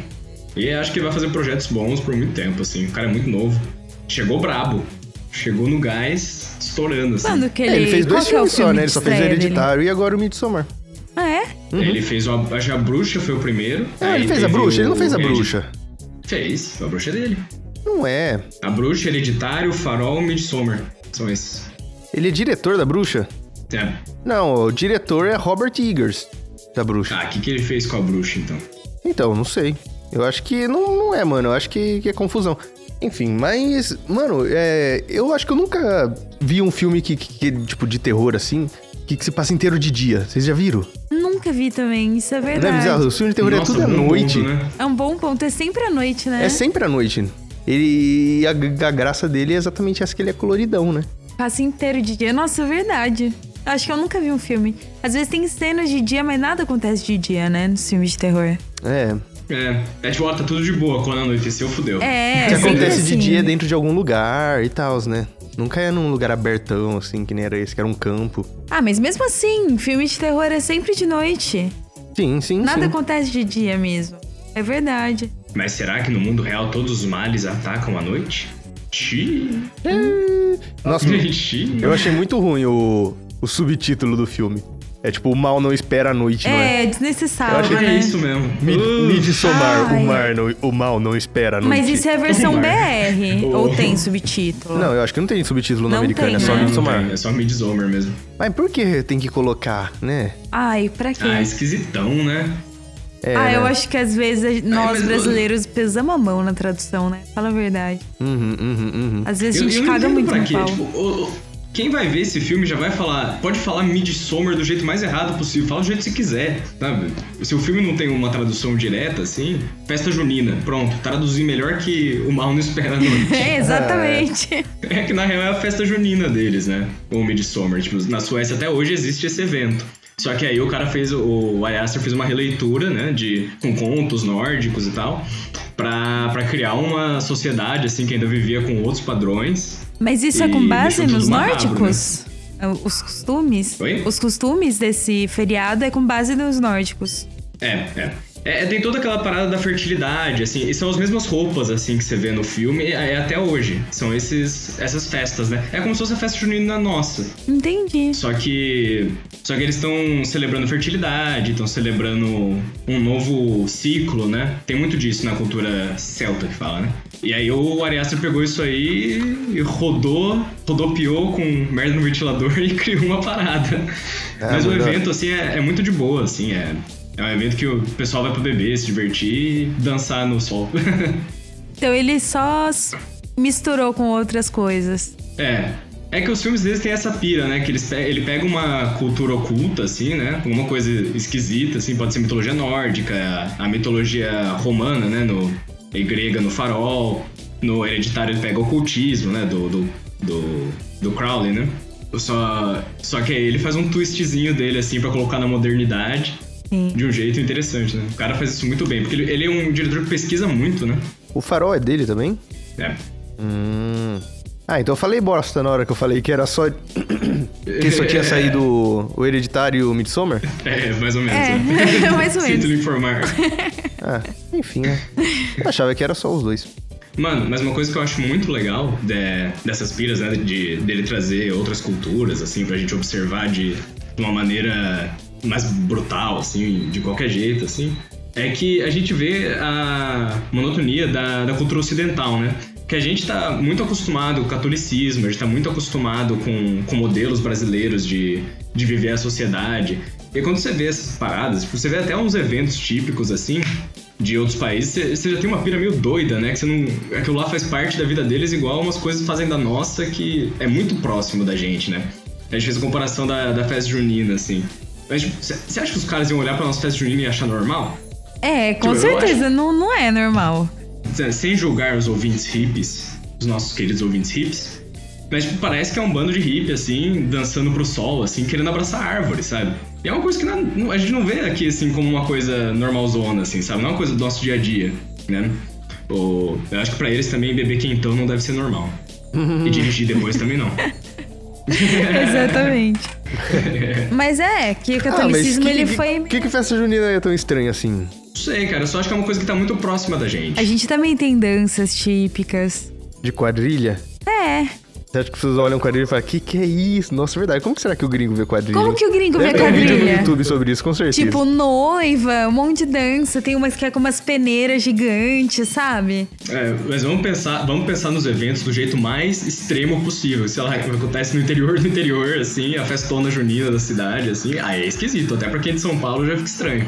C: E acho que ele vai fazer projetos bons por muito tempo, assim. O cara é muito novo. Chegou brabo. Chegou no gás, estourando, assim.
B: Quando que ele...
A: ele fez
B: qual
A: dois
B: que é o
A: filmes só,
B: filme
A: né? Ele
B: de
A: só fez o
B: estreia dele?
A: Hereditário e agora o Midsommar.
B: Ah, é?
C: Uhum. Ele fez uma. Acho que a bruxa foi o primeiro.
A: Ah,
C: aí
A: ele fez a
C: teve
A: bruxa?
C: o-
A: Ele não fez a
C: Heredi-
A: bruxa.
C: Fez, a bruxa é dele.
A: Não é.
C: A bruxa, hereditário, farol, Midsommar. São esses.
A: Ele é diretor da bruxa?
C: É.
A: Não, o diretor é Robert Eggers, da bruxa.
C: Ah, o que, que ele fez com a bruxa, então?
A: Então, não sei. Eu acho que não, não é, mano. Eu acho que, que é confusão. Enfim, mas, mano, é, eu acho que eu nunca vi um filme que, que- que, tipo, de terror assim, que, que se passa inteiro de dia. Vocês já viram?
B: Nunca vi também, isso é
A: Não é
B: verdade.
A: bizarro? O filme de terror
C: Nossa,
A: é tudo à
C: bom
A: noite.
C: ponto, né?
B: É um bom ponto, é sempre à noite, né?
A: É sempre à noite. Ele. e A, a graça dele é exatamente essa que ele é coloridão, né?
B: Passa inteiro de dia. Nossa, é verdade. Acho que eu nunca vi um filme. Às vezes tem cenas de dia, mas nada acontece de dia, né? Nos filmes de terror.
A: É.
C: É. É tipo, ó, tá tudo de boa. Quando anoiteceu, fudeu.
B: É,
A: O que
B: sempre
A: acontece de
B: assim.
A: dia é dentro de algum lugar e tal, né? Nunca é num lugar abertão, assim, que nem era esse, que era um campo.
B: Ah, mas mesmo assim, filme de terror é sempre de noite.
A: Sim, sim,
B: Nada
A: sim.
B: acontece de dia mesmo. É verdade.
C: Mas será que no mundo real todos os males atacam à noite? Xiii.
A: Nossa,
C: Xiii.
A: eu achei muito ruim o, o subtítulo do filme. É tipo, o mal não espera a noite, não é?
B: É, desnecessário,
A: Eu achei
C: Acho que
B: né?
C: é isso mesmo.
A: Mi-
C: Uh,
A: Midsommar,
B: Ai.
A: o, mar não- o mal não espera a noite.
B: Mas isso é a versão
C: Omar.
B: BR.
C: Oh.
B: Ou tem subtítulo?
A: Não, eu acho que não tem subtítulo no
B: Não
A: americano,
B: tem,
A: é só
B: né?
C: não,
A: Midsommar.
C: não tem, É só Midsommar mesmo.
A: Mas por que tem que colocar, né?
B: Ai, pra quê?
C: Ah, esquisitão, né?
A: É,
B: ah, eu
A: né?
B: acho que às vezes a- nós
C: mas-
B: brasileiros pesamos a mão na tradução, né? Fala a verdade.
A: Uhum, uhum, uhum.
B: Às vezes a
C: eu,
B: gente
C: eu não
B: caga
C: entendo
B: muito
C: pra
B: no
C: quê.
B: pau.
C: Tipo, o- o- quem vai ver esse filme já vai falar. Pode falar Midsommar do jeito mais errado possível. Fala do jeito que você quiser, sabe? Se o filme não tem uma tradução direta, assim. Festa junina. Pronto, traduzir melhor que o mal não espera a noite.
B: É, exatamente.
C: É que na real é a festa junina deles, né? Ou Midsommar. Tipo, na Suécia até hoje existe esse evento. Só que aí o cara fez, o Ari Aster fez uma releitura, né, de, com contos nórdicos e tal, pra, pra criar uma sociedade, assim, que ainda vivia com outros padrões.
B: Mas isso é
C: E
B: com base
C: deixou tudo
B: nos
C: macabro,
B: nórdicos? É, Os costumes?
C: né? Oi?
B: Os costumes desse feriado é com base nos nórdicos.
C: É, é. É, tem toda aquela parada da fertilidade, assim, e são as mesmas roupas, assim, que você vê no filme é, é até hoje. São esses, essas festas, né? É como se fosse a festa junina nossa.
B: Entendi.
C: Só que. Só que eles estão celebrando fertilidade, estão celebrando um novo ciclo, né? Tem muito disso na cultura celta que fala, né? E aí o Ari Aster pegou isso aí e rodou, rodopiou com merda no ventilador e criou uma parada.
A: Ah,
C: Mas o
A: melhor.
C: evento, assim, é, é muito de boa, assim, é. É um evento que o pessoal vai pra beber, se divertir e dançar no sol.
B: Então ele só s- misturou com outras coisas.
C: É. É que os filmes deles têm essa pira, né? Que eles pe- ele pega uma cultura oculta, assim, né? Alguma coisa esquisita, assim, pode ser mitologia nórdica, a mitologia romana, né? No, e grega no farol. No hereditário ele pega o ocultismo, né? Do, do, do, do Crowley, né? Só, só que aí ele faz um twistzinho dele, assim, pra colocar na modernidade
B: Sim.
C: de um jeito interessante, né? O cara faz isso muito bem, porque ele, ele é um diretor que pesquisa muito, né?
A: O farol é dele também?
C: É.
A: Hum. Ah, então eu falei bosta na hora que eu falei que era só. que só tinha saído o Hereditário e o Midsommar?
C: É, mais ou menos.
B: É,
C: né?
B: mais ou
C: Sinto
B: menos.
C: lhe informar.
A: Ah, enfim, né? Eu achava que era só os dois.
C: Mano, mas uma coisa que eu acho muito legal de- dessas piras, né? De, dele trazer outras culturas, assim, pra gente observar de, de uma maneira mais brutal, assim, de qualquer jeito, assim, é que a gente vê a monotonia da, da cultura ocidental, né? Que a gente tá muito acostumado com o catolicismo, a gente tá muito acostumado com, com modelos brasileiros de, de viver a sociedade. E quando você vê essas paradas, tipo, você vê até uns eventos típicos, assim, de outros países, você- você já tem uma pira meio doida, né? Que você não. Aquilo lá faz parte da vida deles, igual umas coisas fazem da nossa que é muito próximo da gente, né? A gente fez a comparação da, da festa junina, assim. Mas tipo, você você acha que os caras iam olhar pra nossa festa junina e achar normal?
B: É, com
C: Tipo, eu
B: certeza. Não, não é normal.
C: Sem- Sem julgar os ouvintes hippies, os nossos queridos ouvintes hippies. Mas tipo, parece que é um bando de hippie, assim, dançando pro sol, assim, querendo abraçar árvores, sabe? E é uma coisa que não- não- a gente não vê aqui, assim, como uma coisa normalzona, assim, sabe? Não é uma coisa do nosso dia a dia, né? Ou, eu acho que pra eles também beber quentão não deve ser normal. E dirigir depois também não.
B: Exatamente. Mas é,
C: Ah,
B: que o catolicismo
A: Ah, que,
B: ele
A: que,
B: foi.
A: que que festa junina é tão estranha assim?
C: Não sei, cara, eu só acho que é uma coisa que tá muito próxima da gente.
B: A gente também tem danças típicas.
A: De quadrilha?
B: É.
A: Você acha que vocês olham quadrilha e falam, que que é isso? Nossa, é verdade. Como que será que o gringo vê quadrilha?
B: Como que o gringo vê
A: Deve ter um vídeo no
B: quadrilha?
A: YouTube sobre isso, com certeza.
B: Tipo, noiva, um monte de dança. Tem umas que é com umas peneiras gigantes, sabe?
C: É, mas vamos pensar, vamos pensar nos eventos do jeito mais extremo possível. Sei lá, acontece no interior do interior, assim, a festona junina da cidade, assim. Aí é esquisito, até pra quem é de São Paulo já fica estranho.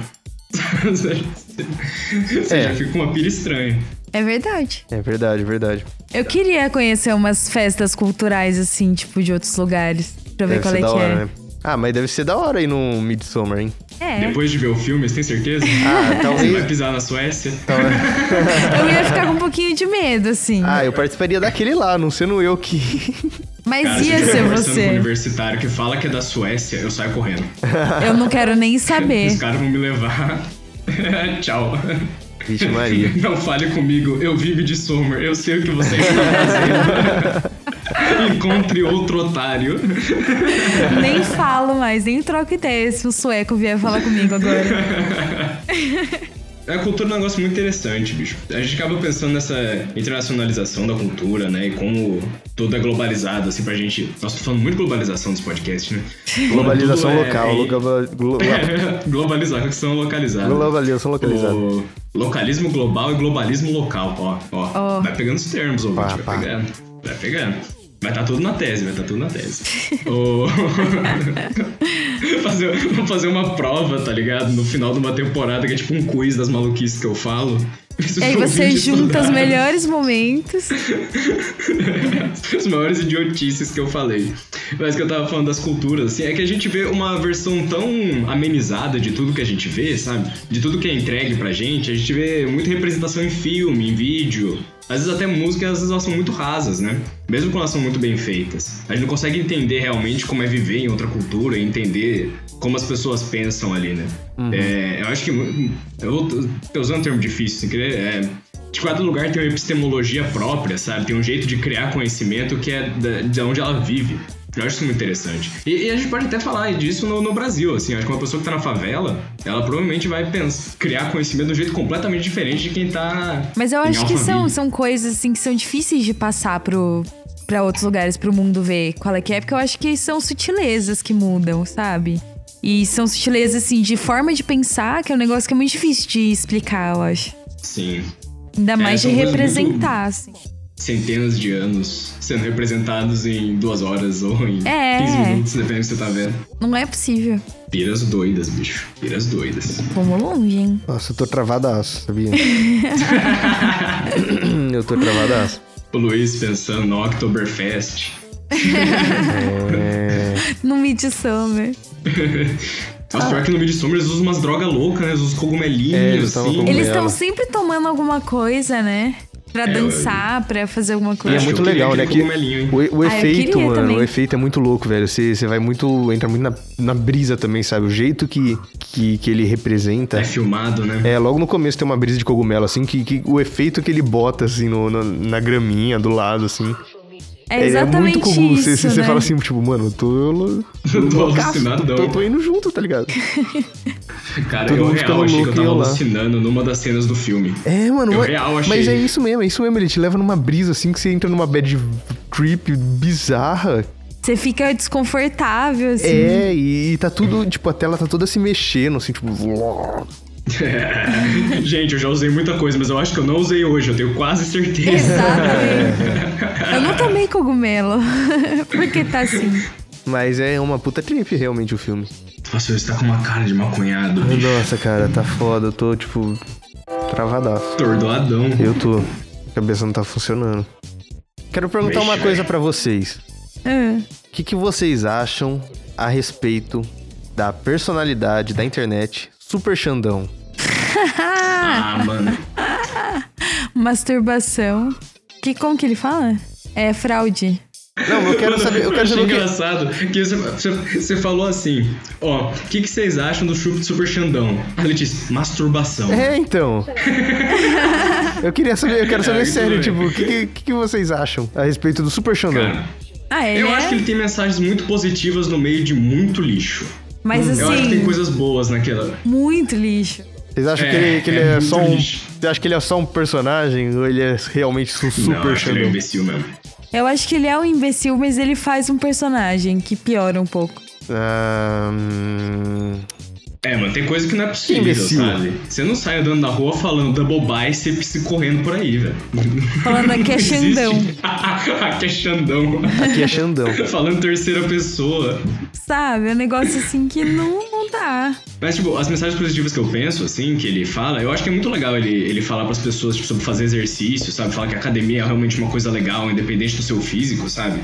C: Você
A: É.
C: já fica com uma pira estranha.
B: É verdade.
A: É verdade, verdade.
B: Eu queria conhecer umas festas culturais, assim, tipo, de outros lugares. Pra ver
A: Deve
B: qual
A: ser
B: é
A: da
B: que
A: hora, né? Ah, mas deve ser da hora aí no Midsommar, hein?
B: é. É.
C: Depois de ver o filme, você tem certeza?
A: Ah, Então, é.
C: Você vai
A: talvez.
C: pisar na Suécia?
B: Eu ia ficar com um pouquinho de medo, assim.
A: ah, eu participaria daquele lá, não sendo eu que.
B: Mas
C: Cara, se
B: ia
C: eu tiver
B: ser
C: conversando com um
B: você.
C: universitário que fala que é da Suécia, eu saio correndo.
B: Eu não quero nem saber.
C: Os caras vão me levar. Tchau.
A: Vixe, Maria.
C: Não fale comigo, eu vivo de Sommer, eu sei o que você está fazendo. Encontre outro otário.
B: Nem falo mais, nem troco ideia se o sueco vier falar comigo agora.
C: A cultura é um negócio muito interessante, bicho. A gente acaba pensando nessa internacionalização da cultura, né? E como tudo é globalizado, assim, pra gente. Nossa, tô falando muito globalização desse podcast, né? Como
A: Globalização
C: tudo é-
A: local, global- glo-
C: globalização localizada.
A: globalização localizada.
C: O localismo global e globalismo local, ó. ó.
B: Ó.
C: Vai pegando os termos, ouvinte,
A: Pá,
C: vai
A: pá.
C: pegando. Vai pegando. Vai tá tudo na tese, vai tá tudo na tese. O- fazer, vou fazer uma prova, tá ligado? No final de uma temporada que é tipo um quiz das maluquices que eu falo.
B: E aí você junta os melhores momentos.
C: As maiores idiotices que eu falei. Mas que eu tava falando das culturas, assim, é que a gente vê uma versão tão amenizada de tudo que a gente vê, sabe? De tudo que é entregue pra gente. A gente vê muita representação em filme, em vídeo, Às vezes até músicas, às vezes elas são muito rasas, né? Mesmo quando elas são muito bem feitas. A gente não consegue entender realmente como é viver em outra cultura e entender como as pessoas pensam ali, né? É, eu acho que... mu- Eu vou tô usando um termo difícil, sem querer. É, de cada lugar tem uma epistemologia própria, sabe? Tem um jeito de criar conhecimento que é da- de onde ela vive. Eu acho isso muito interessante. E, e a gente pode até falar disso no, no Brasil, assim. Acho que uma pessoa que tá na favela, ela provavelmente vai pens- criar conhecimento de um jeito completamente diferente de quem tá.
B: Mas eu
C: em
B: acho que são,
C: Alphaville.
B: são coisas assim que são difíceis de passar pro, pra outros lugares, pro mundo ver qual é que é, porque eu acho que são sutilezas que mudam, sabe? E são sutilezas, assim, de forma de pensar, que é um negócio que é muito difícil de explicar, eu acho.
C: Sim.
A: É,
B: Ainda mais
C: são
B: de
C: coisas muito-
B: representar, assim.
C: Centenas de anos sendo representados em duas horas ou em
B: É.
C: 15 minutos, dependendo do que você tá vendo.
B: Não é possível.
C: Piras doidas, bicho. Piras doidas.
B: Vamos longe, hein?
A: Nossa, eu tô travadaço, sabia? eu tô travadaço.
C: O Luiz pensando no Oktoberfest.
A: É...
B: No Midsummer.
C: Mas pior que no Midsummer eles usam umas drogas loucas, né? Eles usam cogumelinhos,
A: Ah. É, eles tavam
C: assim.
A: com-
B: Eles
A: ela.
B: estão sempre tomando alguma coisa, né? Pra
C: É,
B: dançar, pra fazer alguma
A: E
B: coisa.
A: é
C: Acho que
A: muito
C: eu queria
A: legal, né?
C: aquele
A: Que
C: cogumelinho, hein?
A: o, o
B: Ah, eu
A: efeito,
B: queria
A: mano,
B: também.
A: o efeito é muito louco, velho. Você, você vai muito. entra muito na, na brisa também, sabe? O jeito que, que, que ele representa.
C: É filmado, né?
A: É, logo no começo tem uma brisa de cogumelo, assim, que, que o efeito que ele bota, assim, no, no- na graminha do lado, assim.
B: É exatamente
A: muito comum.
B: isso,
A: você, você- você
B: né?
A: fala assim, tipo, mano, eu tô. eu
C: Eu tô
A: loucaço,
C: alucinadão.
A: tô, tô indo junto, tá ligado?
C: Cara,
A: É. todo
C: eu
A: mundo ficando
C: real achei que
A: louco
C: eu
A: e
C: tava
A: eu lá.
C: alucinando numa das cenas do filme.
A: É, mano,
C: Eu
A: mas,
C: real achei.
A: mas é isso mesmo, é isso mesmo. Ele te leva numa brisa assim que você entra numa bad trip bizarra.
B: Você fica desconfortável, assim.
A: É, e, e tá tudo, tipo, a tela tá toda se mexendo, assim, tipo.
C: Gente, eu já usei muita coisa, mas eu acho que eu não usei hoje, eu tenho quase certeza.
B: Exatamente. Eu não tomei cogumelo. Porque tá assim.
A: Mas é uma puta trip realmente o filme.
C: Nossa, você tá com uma cara de maconhado, bicho.
A: Nossa, cara, tá foda, eu tô, tipo, travadaço.
C: Tordoadão.
A: Eu tô. A cabeça não tá funcionando. Quero perguntar
C: Vixe,
A: uma coisa
C: velho.
A: pra vocês.
B: Ah,
A: O que, que vocês acham a respeito da personalidade da internet Super Xandão?
C: Ah, mano.
B: masturbação. Que como que ele fala? É fraude.
A: Não, eu quero saber, eu quero
C: achei
A: saber o que...
C: engraçado que você, você- você falou assim, ó, o que, que vocês acham do chup de Super Xandão? A Letícia, masturbação.
A: É, então. eu queria saber, eu quero saber
C: É,
A: sério,
C: tudo
A: tipo,
C: bem.
A: o que, que- que que vocês acham a respeito do Super Xandão?
C: Cara,
B: Ah, ele
C: eu
B: é.
C: acho que ele tem mensagens muito positivas no meio de muito lixo.
B: Mas
C: Eu acho que
B: assim,
C: tem coisas boas naquela.
B: muito lixo.
A: Vocês acham
C: É,
A: que ele, que ele
C: é
A: é,
C: muito
A: só um.
C: lixo.
A: Você acha que ele é só um personagem ou ele é realmente su-
C: Não,
A: Super
C: acho que ele é um
A: Xandão?
C: imbecil mesmo.
B: Eu acho que ele é um imbecil, mas ele faz um personagem que piora um pouco.
A: Ah, hum,
C: É, mano, tem coisa que não é possível,
A: Que imbecil.
C: sabe? Você não sai andando na rua falando double biceps e correndo por aí, velho.
B: Falando aqui é
C: Não existe.
B: Xandão.
C: Aqui é Xandão.
A: aqui é Xandão.
C: falando terceira pessoa.
B: Sabe? É um negócio assim que não, não dá.
C: Mas, tipo, as mensagens positivas que eu penso, assim, que ele fala, eu acho que é muito legal ele, ele falar pras pessoas, tipo, sobre fazer exercício, sabe? Falar que a academia é realmente uma coisa legal, independente do seu físico, sabe?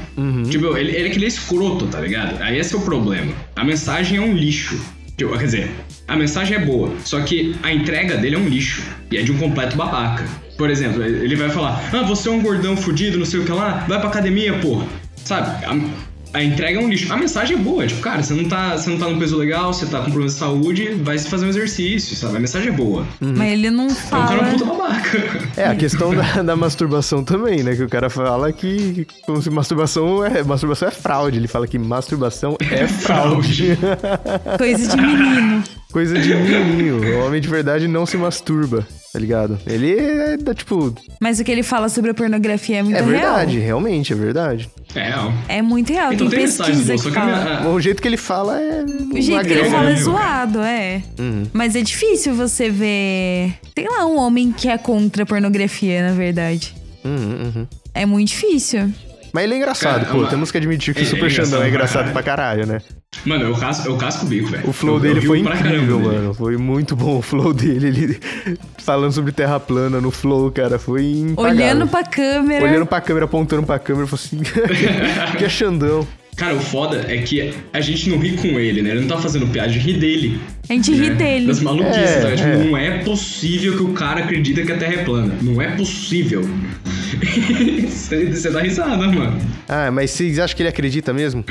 C: Tipo, ele, ele é que ele é escroto, tá ligado? Aí esse é o problema. A mensagem é um lixo. Tipo, quer dizer, a mensagem é boa, só que a entrega dele é um lixo. E é de um completo babaca. Por exemplo, ele vai falar, ah, você é um gordão fudido, não sei o que lá, vai pra academia, porra. Sabe? A- a entrega é um lixo. A mensagem é boa, tipo, cara, você não tá, você não tá num peso legal, você tá com problema de saúde, vai se fazer um exercício, sabe? A mensagem é boa.
B: Mas ele não
C: Então o cara é um
B: fala.
C: puta babaca.
A: É, a questão da, da masturbação também, né? Que o cara fala que, que como se masturbação é, masturbação é fraude. Ele fala que masturbação é fraude.
B: Coisa de menino.
A: Coisa de menininho. O homem de verdade não se masturba, tá ligado? Ele é, da, tipo...
B: Mas o que ele fala sobre a pornografia é muito
A: É verdade,
B: real.
A: realmente, é verdade.
C: É, ó.
B: É muito real.
C: Então
B: tem
C: tem mensagens
B: pesquisa
C: boas,
B: que
C: só que a
B: fala.
C: minha- a-
A: O jeito que ele fala é...
B: O jeito que
C: Magrelo,
B: ele fala é
C: né, meu
B: zoado, é. Mas é difícil você ver, sei lá, um homem que é contra a pornografia, na verdade.
A: Uhum, uhum.
B: É muito difícil.
A: Mas ele é engraçado,
C: Cara,
A: pô.
C: uma-
A: Temos que admitir que o
C: Ele é
A: Super Xandão é engraçado
C: engraçado
A: pra
C: pra
A: caralho, né?
C: Mano, eu casco, eu casco o bico, velho.
A: O flow
C: Eu- eu
A: dele
C: rio
A: foi
C: pra caramba
A: incrível,
C: dele.
A: mano. Foi muito bom o flow dele. Ele falando sobre terra plana no flow, cara. Foi impagável.
B: Olhando pra câmera.
A: Olhando pra câmera, apontando pra câmera, falou assim... que é Xandão.
C: Cara, o foda é que a gente não ri com ele, né? Ele não tá fazendo piada, a gente ri dele.
B: A gente ri
C: né?
B: dele.
C: Das maluquices,
A: É,
C: tá? Tipo,
A: é.
C: não é possível que o cara acredita que a Terra é plana. Não é possível. você, você dá risada, mano.
A: Ah, mas vocês acham que ele acredita mesmo?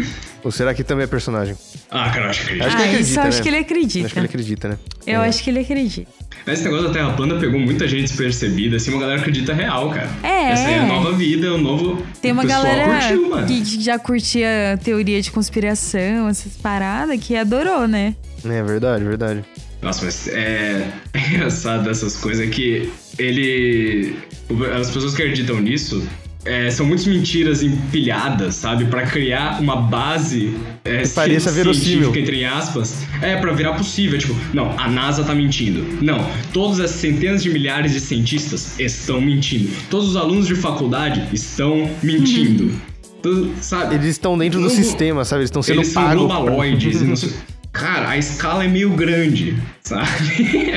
A: Ou será que também é personagem?
C: Ah, cara, eu acho que
A: Acho
D: ah,
A: que ele
D: isso eu
A: acredita,
D: acho
A: né?
D: que ele acredita.
A: Acho que ele acredita, né?
D: Eu acho que ele acredita.
C: Mas esse negócio da Terra plana pegou muita gente despercebida, assim, uma galera acredita real, cara.
D: É.
C: Essa aí é a nova vida, é o novo.
D: Tem uma
C: o pessoal
D: galera
C: curtiu, mano.
D: que j- já curtia teoria de conspiração, essas paradas, que adorou, né?
A: É verdade, verdade.
C: Nossa, mas é é engraçado dessas coisas é que ele. o- As pessoas que acreditam nisso é, são muitas mentiras empilhadas, sabe? Pra criar uma base é, ci-
A: pareça verossímil.
C: científica, entre aspas, é pra virar possível. Tipo, não, a NASA tá mentindo. Não, todas as centenas de milhares de cientistas estão mentindo. Todos os alunos de faculdade estão mentindo. Tu- sabe?
A: Uhum. Eles estão dentro do
C: Não-
A: sistema, sabe? Eles estão sendo
C: Eles são
A: pagos. pra-
C: globaloides e não sei. Cara, a escala é meio grande, sabe?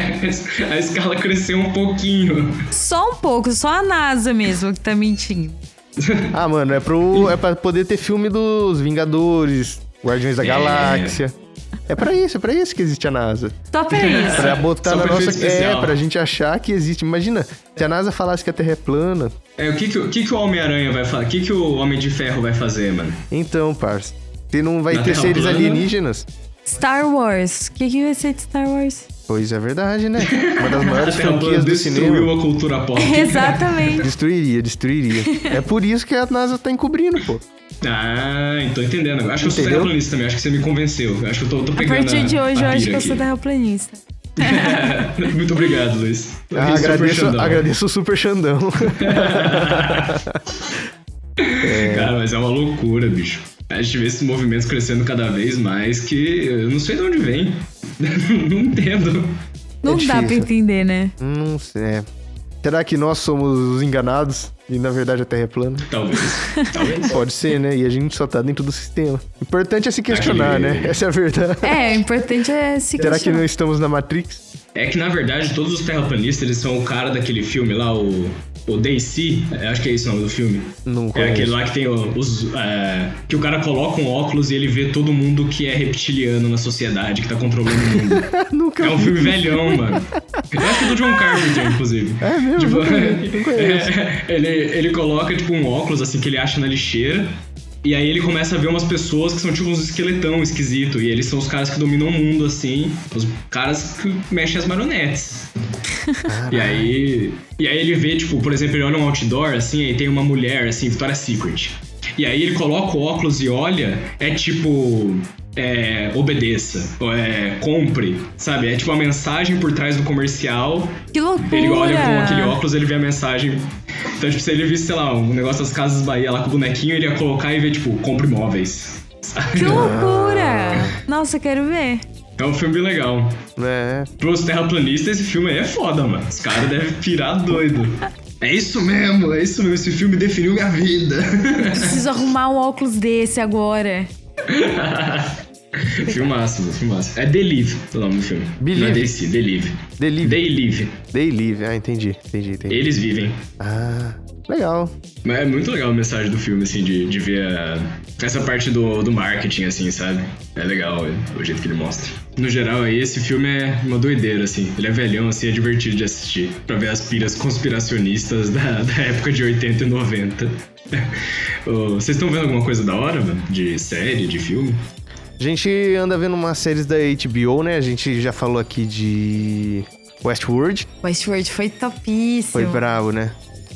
C: a escala cresceu um pouquinho.
D: Só um pouco, só a NASA mesmo que tá mentindo.
A: Ah, mano, é, pro, é pra poder ter filme dos Vingadores, Guardiões da
C: É.
A: Galáxia. É pra isso, é pra isso que existe a NASA.
D: Só pra isso.
A: Pra botar
C: Só
A: na
C: pra
A: nossa.
C: efeito especial.
A: É, pra gente achar que existe. Imagina, se a NASA falasse que a Terra é plana.
C: É, o que que, o- o que, que o Homem-Aranha vai fazer? O que, que o Homem de Ferro vai fazer, mano?
A: Então, parça. Você não vai
C: Na
A: ter
C: Terra
A: seres
C: plana?
A: alienígenas?
D: Star Wars. O que, que vai ser de Star Wars?
A: Pois é verdade, né? Uma das
C: A
A: maiores
C: Terra plana
A: franquias do cinema.
C: destruiu a cultura pop.
D: Exatamente.
A: Destruiria, destruiria. É por isso que a NASA tá encobrindo, pô.
C: Ah, tô entendendo. agora. Acho que eu sou
A: Entendeu?
C: terraplanista também. Acho que você me convenceu. Acho que eu tô, tô
D: A
C: pegando
D: partir de hoje eu
C: a
D: acho que
C: pira
D: eu sou
C: aqui.
D: terraplanista.
C: Muito obrigado, Luiz.
A: Ah,
C: Luiz, super
A: agradeço,
C: Xandão.
A: agradeço o Super Xandão.
C: Cara, mas é uma loucura, bicho. A gente vê esses movimentos crescendo cada vez mais que eu não sei de onde vem. não entendo.
D: Não
C: É
D: dá pra
A: difícil.
D: entender, né?
A: não sei. é. Será que nós somos os enganados? E na verdade a Terra é plana?
C: Talvez. Talvez.
A: Pode ser, né? E a gente só tá dentro do sistema. Importante é se questionar,
C: Aquele-
A: né? Essa é a verdade.
D: É, o importante é se
A: Será que
D: questionar.
A: não estamos na Matrix?
C: É que na verdade todos os terraplanistas eles são o cara daquele filme lá, o. O Daisy, acho que é esse o nome do filme.
A: Não
C: É
A: conheço.
C: aquele lá que tem o- os. é, que o cara coloca um óculos e ele vê todo mundo que é reptiliano na sociedade, que tá controlando o mundo.
A: Nunca
C: É um
A: vi.
C: filme velhão, mano. Eu acho que é do John Carpenter, inclusive.
A: É mesmo?
C: Tipo,
A: Nunca vi, não conheço.
C: é, ele, ele coloca, tipo, um óculos, assim, que ele acha na lixeira. E aí ele começa a ver umas pessoas que são, tipo, uns esqueletão esquisito. E eles são os caras que dominam o mundo, assim. Os caras que mexem as marionetes. E aí... E aí ele vê, tipo, por exemplo, ele olha um outdoor, assim, aí tem uma mulher, assim, Victoria's Secret. E aí ele coloca o óculos e olha, é tipo... É, obedeça, é, compre, sabe? É tipo uma mensagem por trás do comercial
D: Que loucura!
C: ele olha com aquele óculos, ele vê a mensagem. Então, tipo, se ele visse, sei lá, um negócio das Casas Bahia lá com o bonequinho, ele ia colocar e ver, tipo, compra imóveis.
D: Que
C: Ah.
D: loucura! Nossa, eu quero ver.
C: É um filme bem legal.
A: É,
C: Pros terraplanistas, esse filme aí é foda, mano. Os caras devem pirar doido. É isso mesmo, é isso mesmo. Esse filme definiu minha vida.
D: Preciso arrumar um óculos desse agora.
C: filmaço, mano, filmaço. É Delive o nome do filme. Não é
A: Believe.
C: DC, Delive.
A: Delive.
C: They Live.
A: Day Live. Ah, entendi, entendi, entendi.
C: Eles vivem.
A: Ah, legal.
C: Mas é muito legal a mensagem do filme, assim, de, de ver a- essa parte do, do marketing, assim, sabe? É legal o jeito que ele mostra. No geral, aí, esse filme é uma doideira, assim. Ele é velhão, assim, é divertido de assistir. Pra ver as piras conspiracionistas da, da época de 80 e 90. Ô, Vocês estão vendo alguma coisa da hora, mano? De série, de filme?
A: A gente anda vendo umas séries da HBO, né? A gente já falou aqui de Westworld.
D: Westworld foi topíssimo.
A: Foi bravo, né?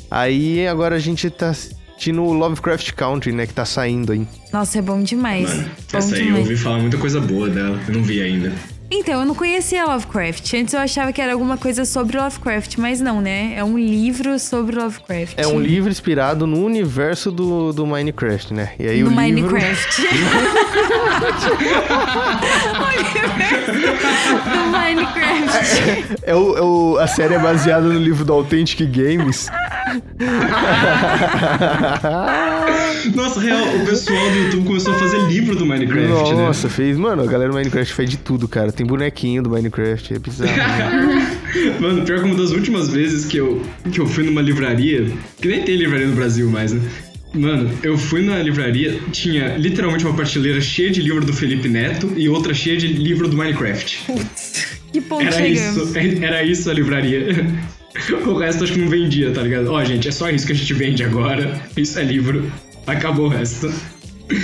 A: Aí agora a gente tá assistindo o Lovecraft Country, né? Que tá saindo aí.
D: Nossa, é bom demais.
C: Mano,
D: bom
C: essa aí eu
D: demais.
C: ouvi falar muita coisa boa dela. Eu não vi ainda.
D: Então, eu não conhecia Lovecraft. Antes eu achava que era alguma coisa sobre Lovecraft, mas não, né? É um livro sobre Lovecraft.
A: É um livro inspirado no universo do, do Minecraft, né? E aí
D: No
A: o livro-
D: Minecraft. Do Minecraft.
A: É o, é o- a série é baseada no livro do Authentic Games.
C: Nossa, real, o pessoal do YouTube começou a fazer livro do Minecraft, né?
A: Nossa, fez. Mano, a galera do Minecraft faz de tudo, cara. Tem bonequinho do Minecraft, é bizarro. né?
C: Mano, pior que uma das últimas vezes que eu, que eu fui numa livraria, que nem tem livraria no Brasil mais, né? Mano, eu fui na livraria, tinha literalmente uma prateleira cheia de livro do Felipe Neto e outra cheia de livro do Minecraft.
D: Que ponto
C: Era
D: chegamos?
C: isso, era isso a livraria. O resto acho que não vendia, tá ligado? Ó, gente, é só isso que a gente vende agora. Isso é livro. Acabou o resto.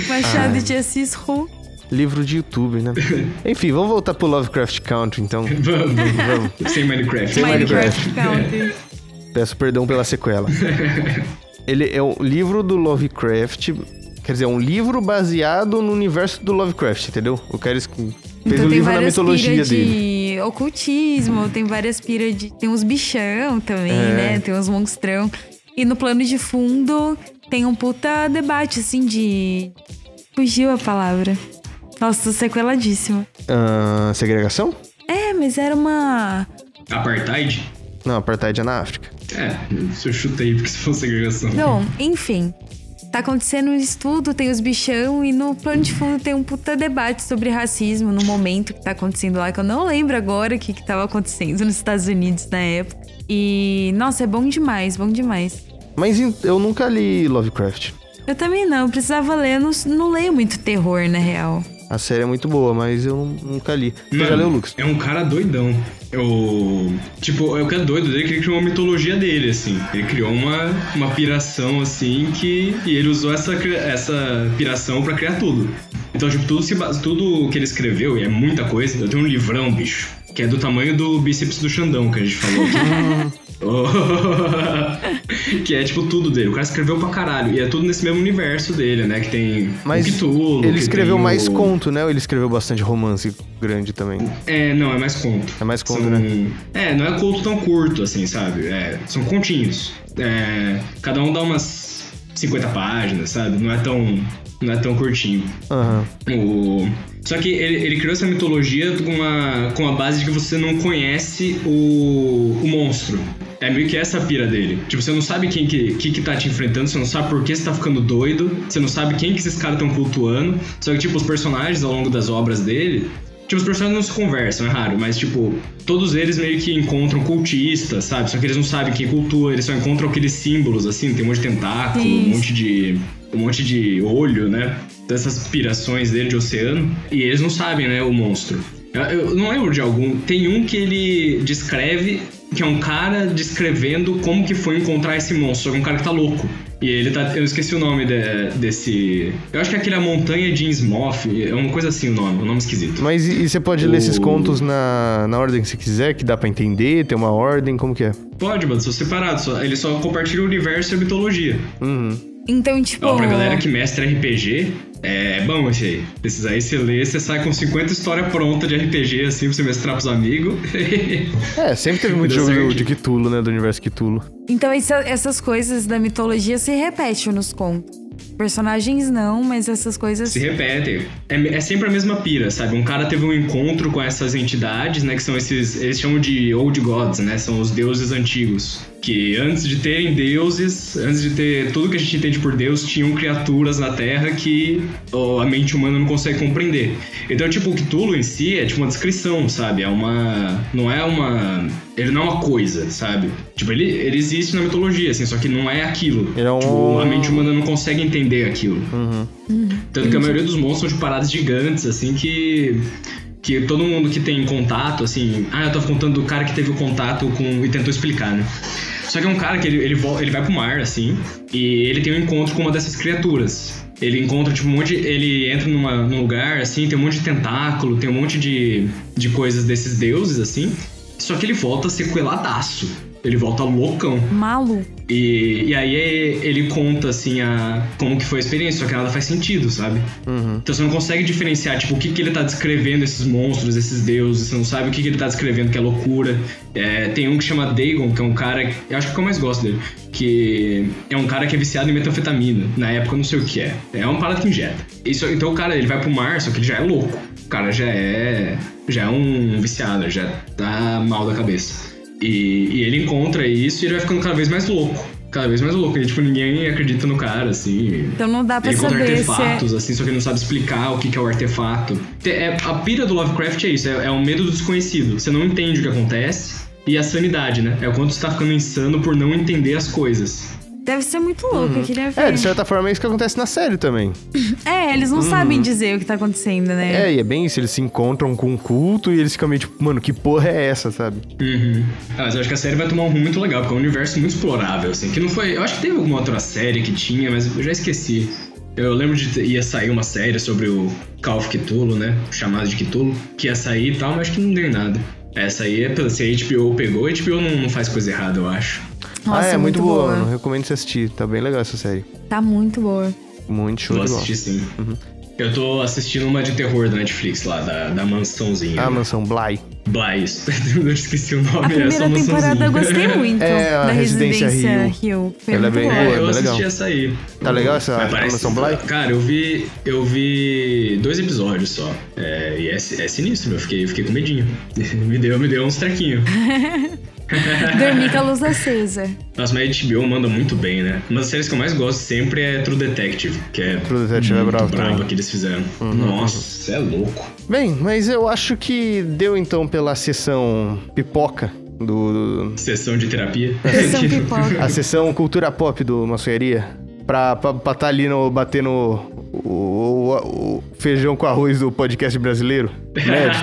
D: Machado
C: Ah.
D: de Assis Ru.
A: Livro de YouTube, né? Enfim, vamos voltar pro Lovecraft Country, então.
C: Vamos, vamos. Sem Minecraft.
A: Sem
D: Minecraft
C: É.
D: então Country.
A: Peço perdão pela sequela. Ele é um livro do Lovecraft. Quer dizer, é um livro baseado no universo do Lovecraft, entendeu? O cara es- fez
D: Então tem
A: um livro na
D: várias
A: mitologia
D: piras
A: dele.
D: de ocultismo, tem várias piras de. Tem uns bichão também,
A: É.
D: né? Tem uns monstrão. E no plano de fundo tem um puta debate, assim, de. Fugiu a palavra. Nossa, tô sequeladíssima.
A: Ah, segregação?
D: É, mas era uma.
C: Apartheid?
A: Não, apartheid é na África.
C: É, isso eu chutei, porque se fosse segregação.
D: Bom, enfim. Tá acontecendo um estudo, tem os bichão, e no plano de fundo tem um puta debate sobre racismo no momento que tá acontecendo lá, que eu não lembro agora o que, que tava acontecendo nos Estados Unidos na época. E, nossa, é bom demais, bom demais.
A: Mas em- eu nunca li Lovecraft.
D: Eu também não, eu precisava ler, eu não, não leio muito terror, na real.
A: A série é muito boa, mas eu nu- nunca li. Você já
C: Mano,
A: leu, Lucas?
C: É um cara doidão. Eu. Tipo, é o que é doido dele que ele criou uma mitologia dele, assim. Ele criou uma, uma piração, assim, que. E ele usou essa, cri- essa piração pra criar tudo. Então, tipo, tudo, se, ba- tudo que ele escreveu, e é muita coisa, eu tenho um livrão, bicho. Que é do tamanho do bíceps do Xandão, que a gente falou aqui. Oh. que é tipo tudo dele. O cara escreveu pra caralho. E é tudo nesse mesmo universo dele, né? Que tem
A: Mas
C: o Cthulhu,
A: ele
C: que
A: escreveu
C: tem
A: mais
C: o...
A: conto, né? Ou ele escreveu bastante romance grande também?
C: É, não, é mais conto.
A: É mais conto,
C: São-
A: né?
C: É, não é conto tão curto, assim, sabe? É, são continhos. É, cada um dá umas 50 páginas, sabe? Não é tão, não é tão curtinho.
A: Aham.
C: O... Só que ele, ele criou essa mitologia com uma, com a base de que você não conhece o, o monstro. É meio que essa a pira dele. Tipo, você não sabe quem que, que, que tá te enfrentando, você não sabe por que você tá ficando doido, você não sabe quem que esses caras estão cultuando. Só que, tipo, os personagens ao longo das obras dele. Tipo, os personagens não se conversam, é raro, mas, tipo, todos eles meio que encontram cultistas, sabe? Só que eles não sabem quem cultua, eles só encontram aqueles símbolos, assim, tem um monte de tentáculo, um
D: Sim.
C: monte de. um monte de olho, né? Dessas pirações dele de oceano. E eles não sabem, né, o monstro. Eu, eu não lembro de algum. Tem um que ele descreve, que é um cara descrevendo como que foi encontrar esse monstro. Só que é um cara que tá louco. E ele tá. Eu esqueci o nome de- desse. Eu acho que é aquele A Montanha de Innsmouth. É uma coisa assim o nome, um nome esquisito.
A: Mas e, e você pode ler esses
C: O-
A: contos na, na ordem que você quiser, que dá pra entender, tem uma ordem, como que é?
C: Pode, mano, são separados. Só, ele só compartilha o universo e a mitologia.
A: Uhum.
D: Então, tipo.
C: Ó, pra galera é que mestra RPG, é bom esse aí. Esses aí você lê, você sai com 50 histórias prontas de RPG, assim, pra você mestrar pros amigos.
A: É, sempre teve muito
C: Deu
A: jogo
C: certo.
A: de Cthulhu, né? Do universo Cthulhu.
D: Então, essa- essas coisas da mitologia se repetem nos contos. Personagens não, mas essas coisas.
C: Se repetem. É, é sempre a mesma pira, sabe? Um cara teve um encontro com essas entidades, né? Que são esses. Eles chamam de Old Gods, né? São os deuses antigos. Que antes de terem deuses, antes de ter tudo que a gente entende por Deus, tinham criaturas na Terra que ó, a mente humana não consegue compreender. Então, tipo, o Cthulhu em si é tipo uma descrição, sabe? É uma. Não é uma. Ele não é uma coisa, sabe? Tipo, ele, ele existe na mitologia, assim, só que não é aquilo.
A: Ele é um- Uhum.
C: Tipo, a mente humana não consegue entender aquilo. Tanto que a maioria dos monstros são de paradas gigantes, assim, que. Que todo mundo que tem contato, assim. Ah, eu tava contando do cara que teve o contato com. e tentou explicar, né? Só que é um cara que ele, ele, vol- ele vai pro mar, assim, e ele tem um encontro com uma dessas criaturas. Ele encontra, tipo, um monte. de- ele entra numa, num lugar, assim, tem um monte de tentáculo, tem um monte de, de coisas desses deuses, assim. Só que ele volta sequeladaço. Ele volta loucão.
D: Malu.
C: E, e aí é, ele conta, assim, a, como que foi a experiência, só que nada faz sentido, sabe? Então você não consegue diferenciar, tipo, o que, que ele tá descrevendo, esses monstros, esses deuses, você não sabe o que, que ele tá descrevendo, que é loucura. É, tem um que chama Dagon, que é um cara, que- eu acho que é o que eu mais gosto dele, que é um cara que é viciado em metanfetamina. Na época eu não sei o que é. É uma parada que injeta. Isso, então o cara, ele vai pro mar, só que ele já é louco. O cara já é, já é um viciado, já tá mal da cabeça. E, e ele encontra isso e ele vai ficando cada vez mais louco. Cada vez mais louco. E, tipo, ninguém acredita no cara, assim.
D: Então não dá pra
C: Ele encontra
D: saber se é.
C: artefatos, assim, só que ele não sabe explicar o que, que é o artefato. Te- é- a pira do Lovecraft é isso, é, é o medo do desconhecido. Você não entende o que acontece. E a sanidade, né? É o quanto você tá ficando insano por não entender as coisas.
D: Deve ser muito louco uhum. aquele
A: É, de certa forma é isso que acontece na série também.
D: É, eles não uhum. sabem dizer o que tá acontecendo, né?
A: É, e é bem isso, eles se encontram com um culto e eles ficam meio tipo, mano, que porra é essa, sabe?
C: Uhum. Ah, mas eu acho que a série vai tomar um rumo muito legal, porque é um universo muito explorável, assim, que não foi... Eu acho que teve alguma outra série que tinha, mas eu já esqueci. Eu lembro de ter, ia sair uma série sobre o Call of Cthulhu, né? Chamado de Cthulhu, que ia sair e tal, mas acho que não deu nada. Essa aí é pela se a HBO pegou, a HBO não, não faz coisa errada, eu acho.
A: Nossa, ah, é, é muito, muito boa. boa. Recomendo você assistir. Tá bem legal essa série.
D: Tá muito boa.
A: Muito show.
C: Vou assistir sim. Uhum. Eu tô assistindo uma de terror da Netflix lá, da, da mansãozinha.
A: Ah,
C: né?
A: mansão Bly.
C: Bly, isso. Eu esqueci o nome. é A
D: primeira temporada eu gostei muito.
A: É, a da Residência, Residência Rio. Rio. Ela é bem boa, é,
C: Eu
A: bem
C: assisti
A: legal.
C: essa aí.
A: Tá legal essa a mansão Bly?
C: Cara, eu vi, eu vi dois episódios só. É, e é, é sinistro, eu fiquei, eu fiquei com medinho. me, deu, me deu uns trequinhos.
D: Dormir com a luz acesa.
C: Nossa, mas a HBO manda muito bem, né? Uma das séries que eu mais gosto sempre é True Detective, que é
A: True Detective é bravo,
C: brava que eles fizeram. Uhum. Nossa, isso é louco.
A: Bem, mas eu acho que deu então pela sessão pipoca. Do,
C: do... Sessão de terapia.
D: Sessão pipoca.
A: A sessão cultura pop do Maçonharia. Pra estar tá ali no, batendo o, o, o, feijão com arroz do podcast brasileiro.
C: É.
A: Médio.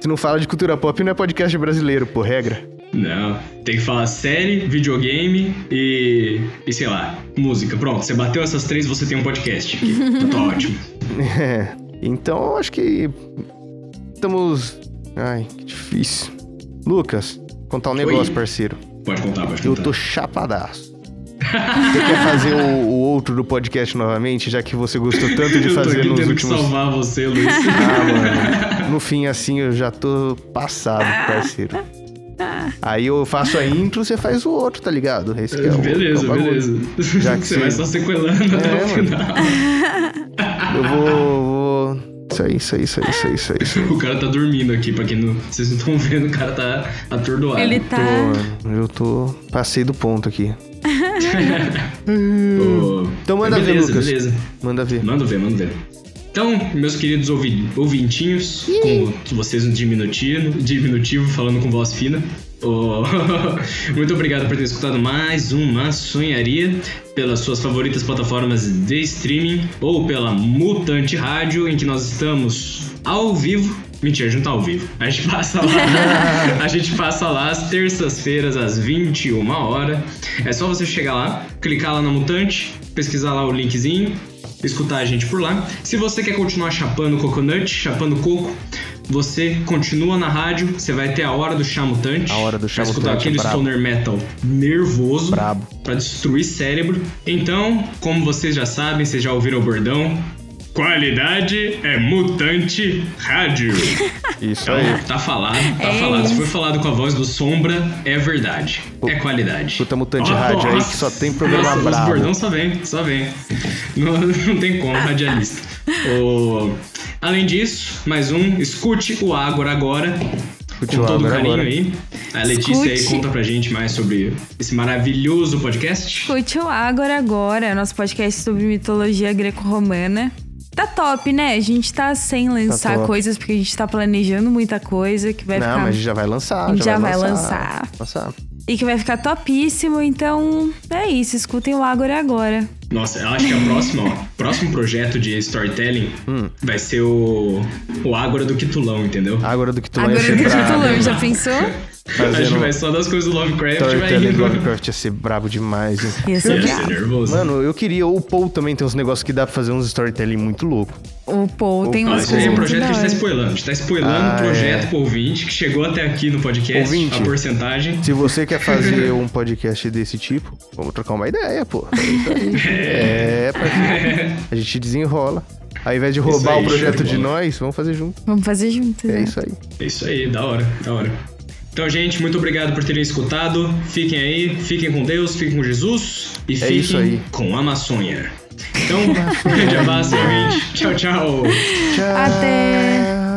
A: Se não fala de cultura pop, não é podcast brasileiro, por regra.
C: Não. Tem que falar série, videogame e. e sei lá, música. Pronto, você bateu essas três, você tem um podcast. Aqui. tá, tá ótimo.
A: É. Então acho que. Estamos. Ai, que difícil. Lucas, contar um negócio, Oi. parceiro.
C: Pode contar, pode contar.
A: Eu tô chapadaço. Você quer fazer o, o, outro do podcast novamente, já que você gostou tanto de fazer nos últimos.
C: Que salvar você, Luiz.
A: Ah, mano. No fim, assim, eu já tô passado, parceiro. Aí eu faço a intro, você faz o outro, tá ligado?
C: Esse é o, beleza,
A: um
C: é beleza. Já que você, você vai só sequelando é, até o final.
A: Eu vou, vou. Isso aí, isso aí, isso aí, isso aí, isso aí, isso aí.
C: O cara tá dormindo aqui, pra quem não. Vocês não estão vendo, o cara tá atordoado.
D: Ele tá.
A: Tô, eu tô. Passei do ponto aqui. hum. então manda
C: beleza,
A: ver, Lucas.
C: Beleza.
A: Manda ver.
C: Manda ver, manda ver. Então, meus queridos ouvi ouvintinhos, Ih. com vocês no diminutivo, diminutivo falando com voz fina. Oh, muito obrigado por ter escutado mais uma sonharia pelas suas favoritas plataformas de streaming ou pela Mutante Rádio, em que nós estamos ao vivo. Mentira, a gente não tá ao vivo. A gente passa lá. a gente passa lá às terças-feiras, às 21 horas. É só você chegar lá, clicar lá na Mutante, pesquisar lá o linkzinho, escutar a gente por lá. Se você quer continuar chapando coconut, chapando coco, você continua na rádio, você vai ter a hora do chamutante.
A: A hora do chamutante.
C: escutar aquele brabo. stoner metal nervoso.
A: Brabo.
C: Pra destruir cérebro. Então, como vocês já sabem, vocês já ouviram o bordão. Qualidade é mutante rádio.
A: Isso aí. Então,
C: tá falado, tá é falado. Se foi falado com a voz do Sombra, é verdade. O, é qualidade.
A: Puta mutante oh, rádio nossa. aí que só tem problema
C: nossa,
A: bravo.
C: Os bordão só vem, só vem. Não, não tem como, radialista. oh, além disso, mais um, escute o Ágora agora. Escute com todo o carinho agora. aí. A Letícia Escute. aí conta pra gente mais sobre esse maravilhoso podcast.
D: Escute o Ágora agora, nosso podcast sobre mitologia greco-romana. Tá top, né? A gente tá sem lançar tá coisas, porque a gente tá planejando muita coisa que vai
A: Não,
D: ficar.
A: Não, mas já vai lançar.
D: A gente já,
A: já
D: vai, vai lançar.
A: lançar.
D: E que vai ficar topíssimo, então é isso, escutem o Ágora agora.
C: Nossa, eu acho que a próxima, ó, próximo projeto de storytelling hum. vai ser o, o Ágora do Quitulão, entendeu?
A: Ágora do Quitulão.
D: Ágora
A: do
D: Quitulão, já pensou?
C: Fazendo acho que vai só das coisas do Lovecraft, vai
A: rindo. Lovecraft ia ser brabo demais, hein?
D: Ia ser, ia ser
A: nervoso. Mano, eu queria... O Paul também tem uns negócios que dá pra fazer uns storytelling muito louco.
D: O Paul tem umas
C: coisas. Esse é um projeto que a gente tá spoilando. A gente tá spoilando o ah, um projeto é. pro ouvinte que chegou até aqui no podcast. Ouvinte, a porcentagem.
A: Se você quer fazer um podcast desse tipo, vamos trocar uma ideia, pô. É isso aí. é, é parceiro. A gente desenrola. Ao invés de roubar aí, o projeto de nós, vamos fazer junto.
D: Vamos fazer né? junto.
A: É isso aí.
C: É isso aí, da hora, da hora. Então, gente, muito obrigado por terem escutado. Fiquem aí, fiquem com Deus, fiquem com Jesus e
A: é
C: fiquem com a um maçonha. Então, grande abraço, gente. Tchau, tchau.
D: Tchau. Até.